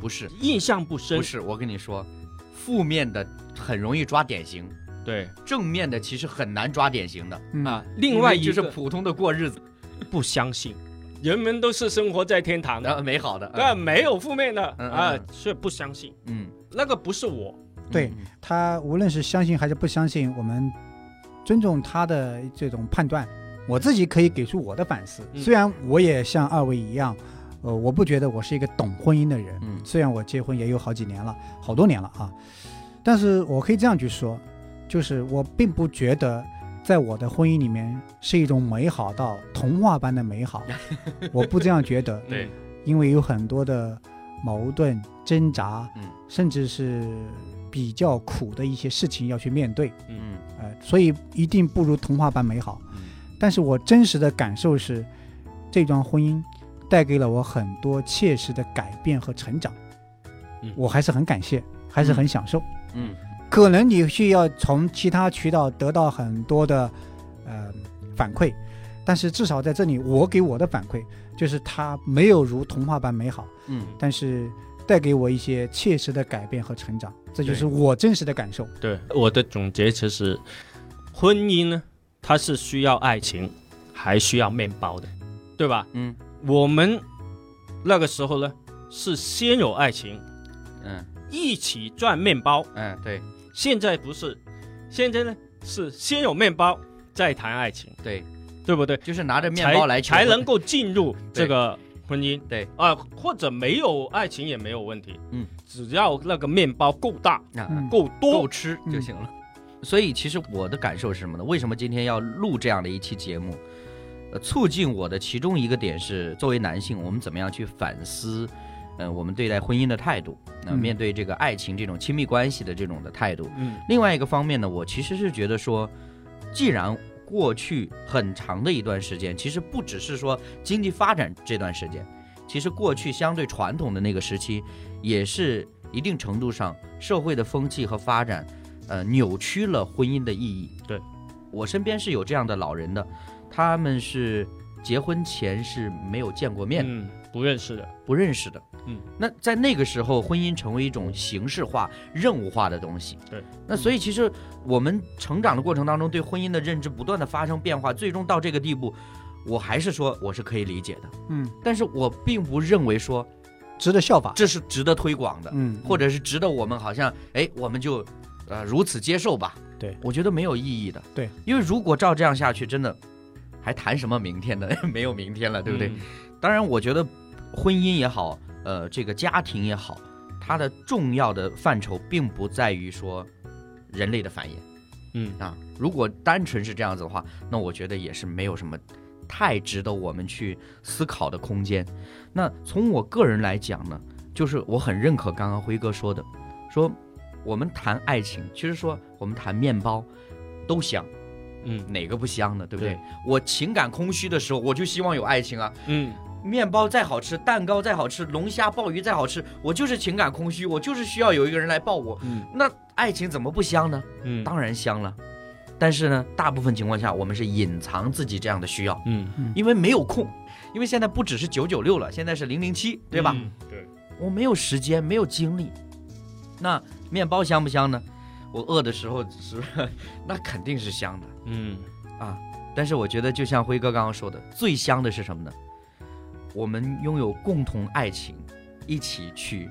Speaker 1: 不是
Speaker 3: 印象不深
Speaker 1: 不。是，我跟你说，负面的很容易抓典型，
Speaker 3: 对
Speaker 1: 正面的其实很难抓典型的。
Speaker 2: 嗯
Speaker 3: 啊，另外
Speaker 1: 因为
Speaker 3: 一
Speaker 1: 就是
Speaker 3: 个
Speaker 1: 普通的过日子，
Speaker 3: 不相信，嗯人们都是生活在天堂
Speaker 1: 然后
Speaker 3: 的，
Speaker 1: 呃美好的，
Speaker 3: 但没有负面的
Speaker 1: 嗯嗯
Speaker 3: 啊
Speaker 1: 嗯，
Speaker 3: 却不相信，
Speaker 1: 嗯，
Speaker 3: 那个不是我。
Speaker 2: 对
Speaker 1: 嗯，
Speaker 2: 他无论是相信还是不相信，我们尊重他的这种判断。我自己可以给出我的反思，
Speaker 3: 嗯
Speaker 2: 虽然我也像二位一样，呃，我不觉得我是一个懂婚姻的人，
Speaker 1: 嗯
Speaker 2: 虽然我结婚也有好几年了，好多年了啊，但是我可以这样去说，就是我并不觉得。在我的婚姻里面是一种美好到童话般的美 好，我不这样觉得，
Speaker 1: 对
Speaker 3: 嗯，
Speaker 2: 因为有很多的矛盾、挣扎，
Speaker 1: 嗯
Speaker 2: 甚至是比较苦的一些事情要去面对，
Speaker 1: 嗯
Speaker 2: 呃，所以一定不如童话般美好。
Speaker 1: 嗯
Speaker 2: 但是我真实的感受是，这段婚姻带给了我很多切实的改变和成长，
Speaker 3: 嗯
Speaker 2: 我还是很感谢，还是很享受。
Speaker 1: 嗯
Speaker 2: 可能你需要从其他渠道得到很多的呃反馈，但是至少在这里，我给我的反馈就是它没有如童话般美好，
Speaker 1: 嗯
Speaker 2: 但是带给我一些切实的改变和成长，这就是我真实的感受。
Speaker 3: 对，我的总结其实，婚姻呢，它是需要爱情，还需要面包的，对吧？
Speaker 1: 嗯
Speaker 3: 我们那个时候呢，是先有爱情，
Speaker 1: 嗯
Speaker 3: 一起赚面包。
Speaker 1: 嗯，对
Speaker 3: 现在不是，现在呢是先有面包，再谈爱情，
Speaker 1: 对，
Speaker 3: 对不对？
Speaker 1: 就是拿着面
Speaker 3: 才
Speaker 1: 包来求
Speaker 3: 才
Speaker 1: 婚
Speaker 3: 能够进入这个婚姻。
Speaker 1: 对
Speaker 3: 啊、或者没有爱情也没有问题。
Speaker 1: 嗯，
Speaker 3: 只要那个面包够大、
Speaker 1: 啊
Speaker 2: 嗯
Speaker 3: 够多，
Speaker 1: 够吃就行了。所以其实我的感受是什么呢？为什么今天要录这样的一期节目？呃，促进我的其中一个点是，作为男性，我们怎么样去反思，呃，我们对待婚姻的态度，那、
Speaker 2: 嗯
Speaker 1: 面对这个爱情这种亲密关系的这种的态度。
Speaker 3: 嗯
Speaker 1: 另外一个方面呢，我其实是觉得说，既然过去很长的一段时间，其实不只是说经济发展这段时间，其实过去相对传统的那个时期，也是一定程度上社会的风气和发展，呃，扭曲了婚姻的意义。
Speaker 3: 对，
Speaker 1: 我身边是有这样的老人的，他们是结婚前是没有见过面的，
Speaker 3: 嗯，不认识的，
Speaker 1: 不认识的。
Speaker 3: 嗯，
Speaker 1: 那在那个时候，婚姻成为一种形式化、任务化的东西。
Speaker 3: 对，
Speaker 1: 那所以其实我们成长的过程当中，对婚姻的认知不断的发生变化，最终到这个地步，我还是说我是可以理解的，
Speaker 2: 嗯，
Speaker 1: 但是我并不认为说
Speaker 2: 值得效法。
Speaker 1: 这是值得推广的，
Speaker 2: 嗯，
Speaker 1: 或者是值得我们好像哎我们就呃如此接受吧。
Speaker 2: 对，
Speaker 1: 我觉得没有意义的。
Speaker 2: 对，
Speaker 1: 因为如果照这样下去，真的还谈什么明天的？ 没有明天了，对不对？
Speaker 3: 嗯？
Speaker 1: 当然，我觉得婚姻也好，呃，这个家庭也好，它的重要的范畴并不在于说人类的繁衍
Speaker 3: 嗯，
Speaker 1: 啊。如果单纯是这样子的话，那我觉得也是没有什么太值得我们去思考的空间。那从我个人来讲呢，就是我很认可刚刚辉哥说的，说我们谈爱情，其实说我们谈面包都香，
Speaker 3: 嗯
Speaker 1: 哪个不香呢？对不
Speaker 3: 对
Speaker 1: 我情感空虚的时候，我就希望有爱情啊。
Speaker 3: 嗯
Speaker 1: 面包再好吃，蛋糕再好吃，龙虾、鲍鱼再好吃，我就是情感空虚，我就是需要有一个人来抱我。
Speaker 3: 嗯
Speaker 1: 那爱情怎么不香呢？
Speaker 3: 嗯，
Speaker 1: 当然香了。但是呢，大部分情况下我们是隐藏自己这样的需要，
Speaker 3: 嗯，
Speaker 1: 因为没有空，因为现在不只是九九六了，现在是零零七，对吧？
Speaker 3: 嗯？对，
Speaker 1: 我没有时间，没有精力。那面包香不香呢？我饿的时候是， 那肯定是香的。
Speaker 3: 嗯
Speaker 1: 啊。但是我觉得，就像辉哥刚刚说的，最香的是什么呢？我们拥有共同爱情，一起去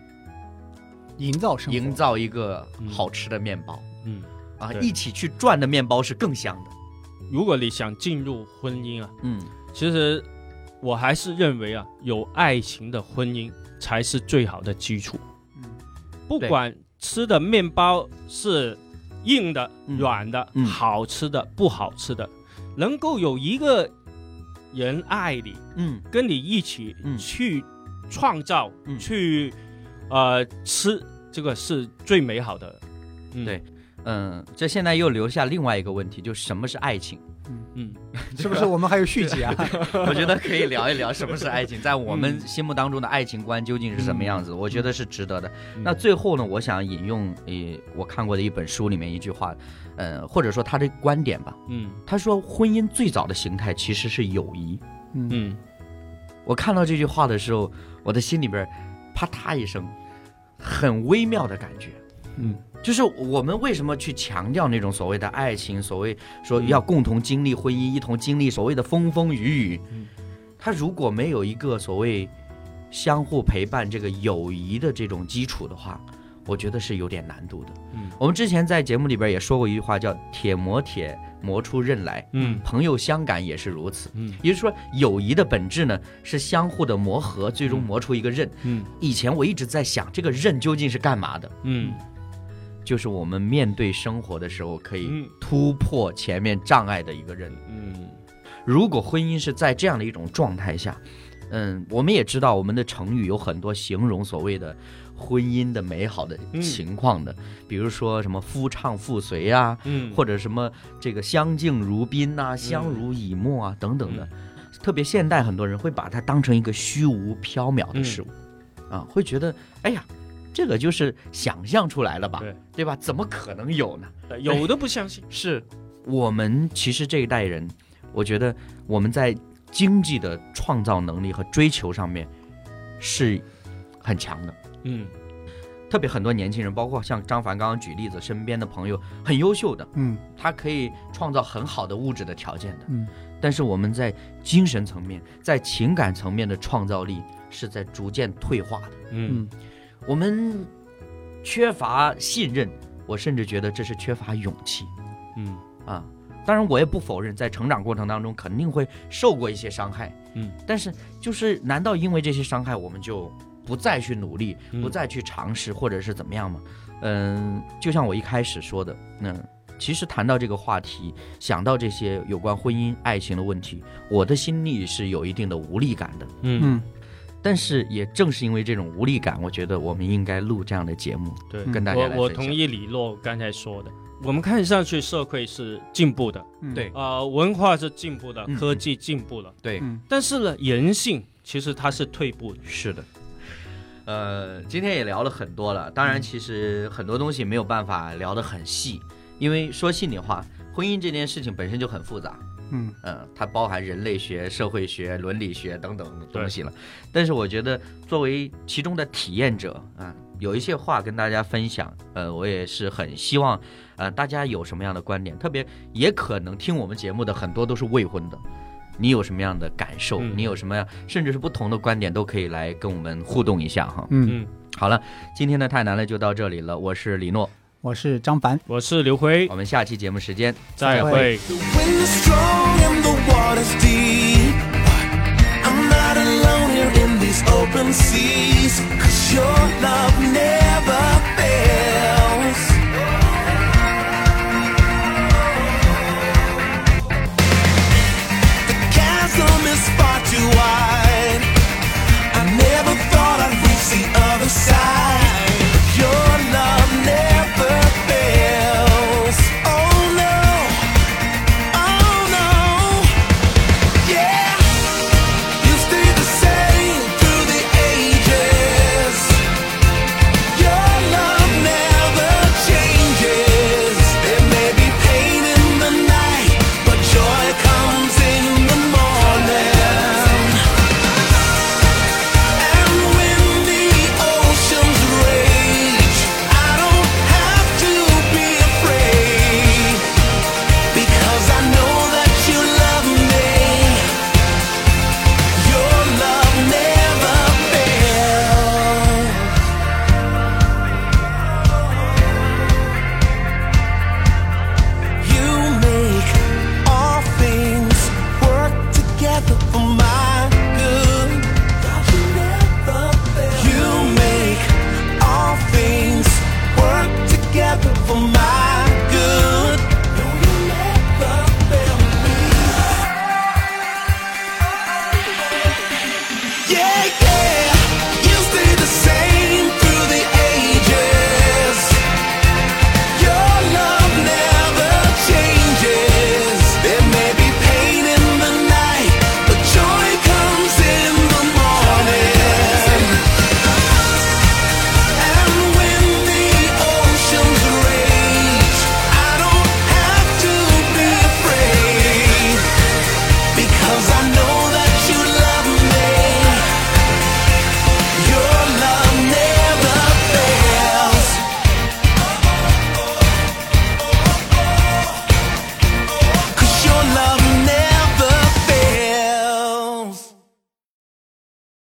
Speaker 2: 营造生活，
Speaker 1: 营造一个好吃的面包、
Speaker 3: 嗯。
Speaker 1: 啊，
Speaker 3: 对
Speaker 1: 一起去赚的面包是更香的。
Speaker 3: 如果你想进入婚姻啊，
Speaker 1: 嗯，
Speaker 3: 其实我还是认为啊，有爱情的婚姻才是最好的基础。
Speaker 2: 嗯
Speaker 3: 不
Speaker 1: 对
Speaker 3: 管吃的面包是硬的、
Speaker 1: 嗯
Speaker 3: 软的、
Speaker 1: 嗯
Speaker 3: 好吃的、不好吃的，能够有一个人爱你，
Speaker 1: 嗯
Speaker 3: 跟你一起
Speaker 1: 嗯
Speaker 3: 去创造、
Speaker 1: 嗯
Speaker 3: 去呃吃，这个是最美好的。嗯
Speaker 1: 对嗯，这现在又留下另外一个问题，就什么是爱情？
Speaker 3: 嗯，
Speaker 2: 是不是？我们还有续集啊？
Speaker 1: 我觉得可以聊一聊什么是爱情，在我们心目当中的爱情观究竟是什么样子？我觉得是值得的。
Speaker 3: 嗯
Speaker 1: 那最后呢，我想引用呃我看过的一本书里面一句话，呃或者说他的观点吧，
Speaker 3: 嗯
Speaker 1: 他说，婚姻最早的形态其实是友谊。
Speaker 2: 嗯，
Speaker 3: 嗯
Speaker 1: 我看到这句话的时候，我的心里边啪嗒一声，很微妙的感觉。
Speaker 3: 嗯，
Speaker 1: 就是我们为什么去强调那种所谓的爱情，所谓说
Speaker 3: 嗯
Speaker 1: 要共同经历婚姻，一同经历所谓的风风雨雨
Speaker 3: 嗯。
Speaker 1: 他如果没有一个所谓相互陪伴这个友谊的这种基础的话，我觉得是有点难度的。
Speaker 3: 嗯
Speaker 1: 我们之前在节目里边也说过一句话，叫“铁磨铁，磨出刃来”。
Speaker 3: 嗯
Speaker 1: 朋友相感也是如此。
Speaker 3: 嗯
Speaker 1: 也就是说，友谊的本质呢是相互的磨合，最终磨出一个刃。
Speaker 3: 嗯
Speaker 1: 以前我一直在想，这个刃究竟是干嘛的？
Speaker 3: 嗯
Speaker 1: 就是我们面对生活的时候，可以
Speaker 3: 嗯
Speaker 1: 突破前面障碍的一个刃。
Speaker 3: 嗯
Speaker 1: 如果婚姻是在这样的一种状态下，嗯，我们也知道我们的成语有很多形容所谓的婚姻的美好的
Speaker 3: 嗯
Speaker 1: 情况的，比如说什么夫唱妇随啊，
Speaker 3: 嗯，
Speaker 1: 或者什么这个相敬如宾呐、相濡以沫啊等等的，
Speaker 3: 嗯
Speaker 1: 特别现代很多人会把它当成一个虚无缥缈的事物，
Speaker 3: 嗯
Speaker 1: 啊，会觉得哎呀，这个就是想象出来了吧，
Speaker 3: 对
Speaker 1: 吧？怎么可能有呢？
Speaker 3: 对有的不相信。
Speaker 1: 是我们其实这一代人，我觉得我们在经济的创造能力和追求上面是很强的。
Speaker 3: 嗯
Speaker 1: 特别很多年轻人，包括像张凡刚刚举例子，身边的朋友很优秀的，
Speaker 2: 嗯
Speaker 1: 他可以创造很好的物质的条件的，
Speaker 2: 嗯，
Speaker 1: 但是我们在精神层面、在情感层面的创造力是在逐渐退化的。
Speaker 3: 嗯
Speaker 1: 我们缺乏信任，我甚至觉得这是缺乏勇气
Speaker 3: 嗯
Speaker 1: 啊。当然，我也不否认，在成长过程当中肯定会受过一些伤害，
Speaker 3: 嗯，
Speaker 1: 但是就是难道因为这些伤害，我们就不再去努力，
Speaker 3: 嗯
Speaker 1: 不再去尝试，或者是怎么样嘛？嗯，就像我一开始说的，嗯，其实谈到这个话题，想到这些有关婚姻、爱情的问题，我的心里是有一定的无力感的。
Speaker 3: 嗯，
Speaker 2: 嗯，
Speaker 1: 但是也正是因为这种无力感，我觉得我们应该录这样的节目，
Speaker 3: 对，
Speaker 1: 跟大家来
Speaker 3: 我我
Speaker 1: 分享
Speaker 3: 同。意李洛刚才说的，我们看上去社会是进步的，
Speaker 2: 嗯
Speaker 1: 对，
Speaker 3: 呃，文化是进步的
Speaker 1: 嗯，
Speaker 3: 科技进步了，
Speaker 1: 对，
Speaker 2: 嗯
Speaker 3: 但是呢，人性其实它是退步的。
Speaker 1: 是的，呃，今天也聊了很多了，当然其实很多东西没有办法聊得很细，因为说心里话，婚姻这件事情本身就很复杂，
Speaker 2: 嗯，
Speaker 1: 嗯，它包含人类学、社会学、伦理学等等东西了。但是我觉得，作为其中的体验者啊，有一些话跟大家分享。呃，我也是很希望，呃，大家有什么样的观点，特别也可能听我们节目的很多都是未婚的。你有什么样的感受？
Speaker 3: 嗯
Speaker 1: 你有什么样，甚至是不同的观点，都可以来跟我们互动一下哈。
Speaker 2: 嗯，
Speaker 3: 嗯，
Speaker 1: 好了，今天的太难了就到这里了。我是李诺，
Speaker 2: 我是张凡。
Speaker 3: 我是刘辉
Speaker 1: 我，们下期节目时间
Speaker 3: 再
Speaker 2: 再
Speaker 3: 会
Speaker 2: 会。
Speaker 4: The wind is strong and the water's deep. I'm not alone here in these open seas. Cause your love never. Oh,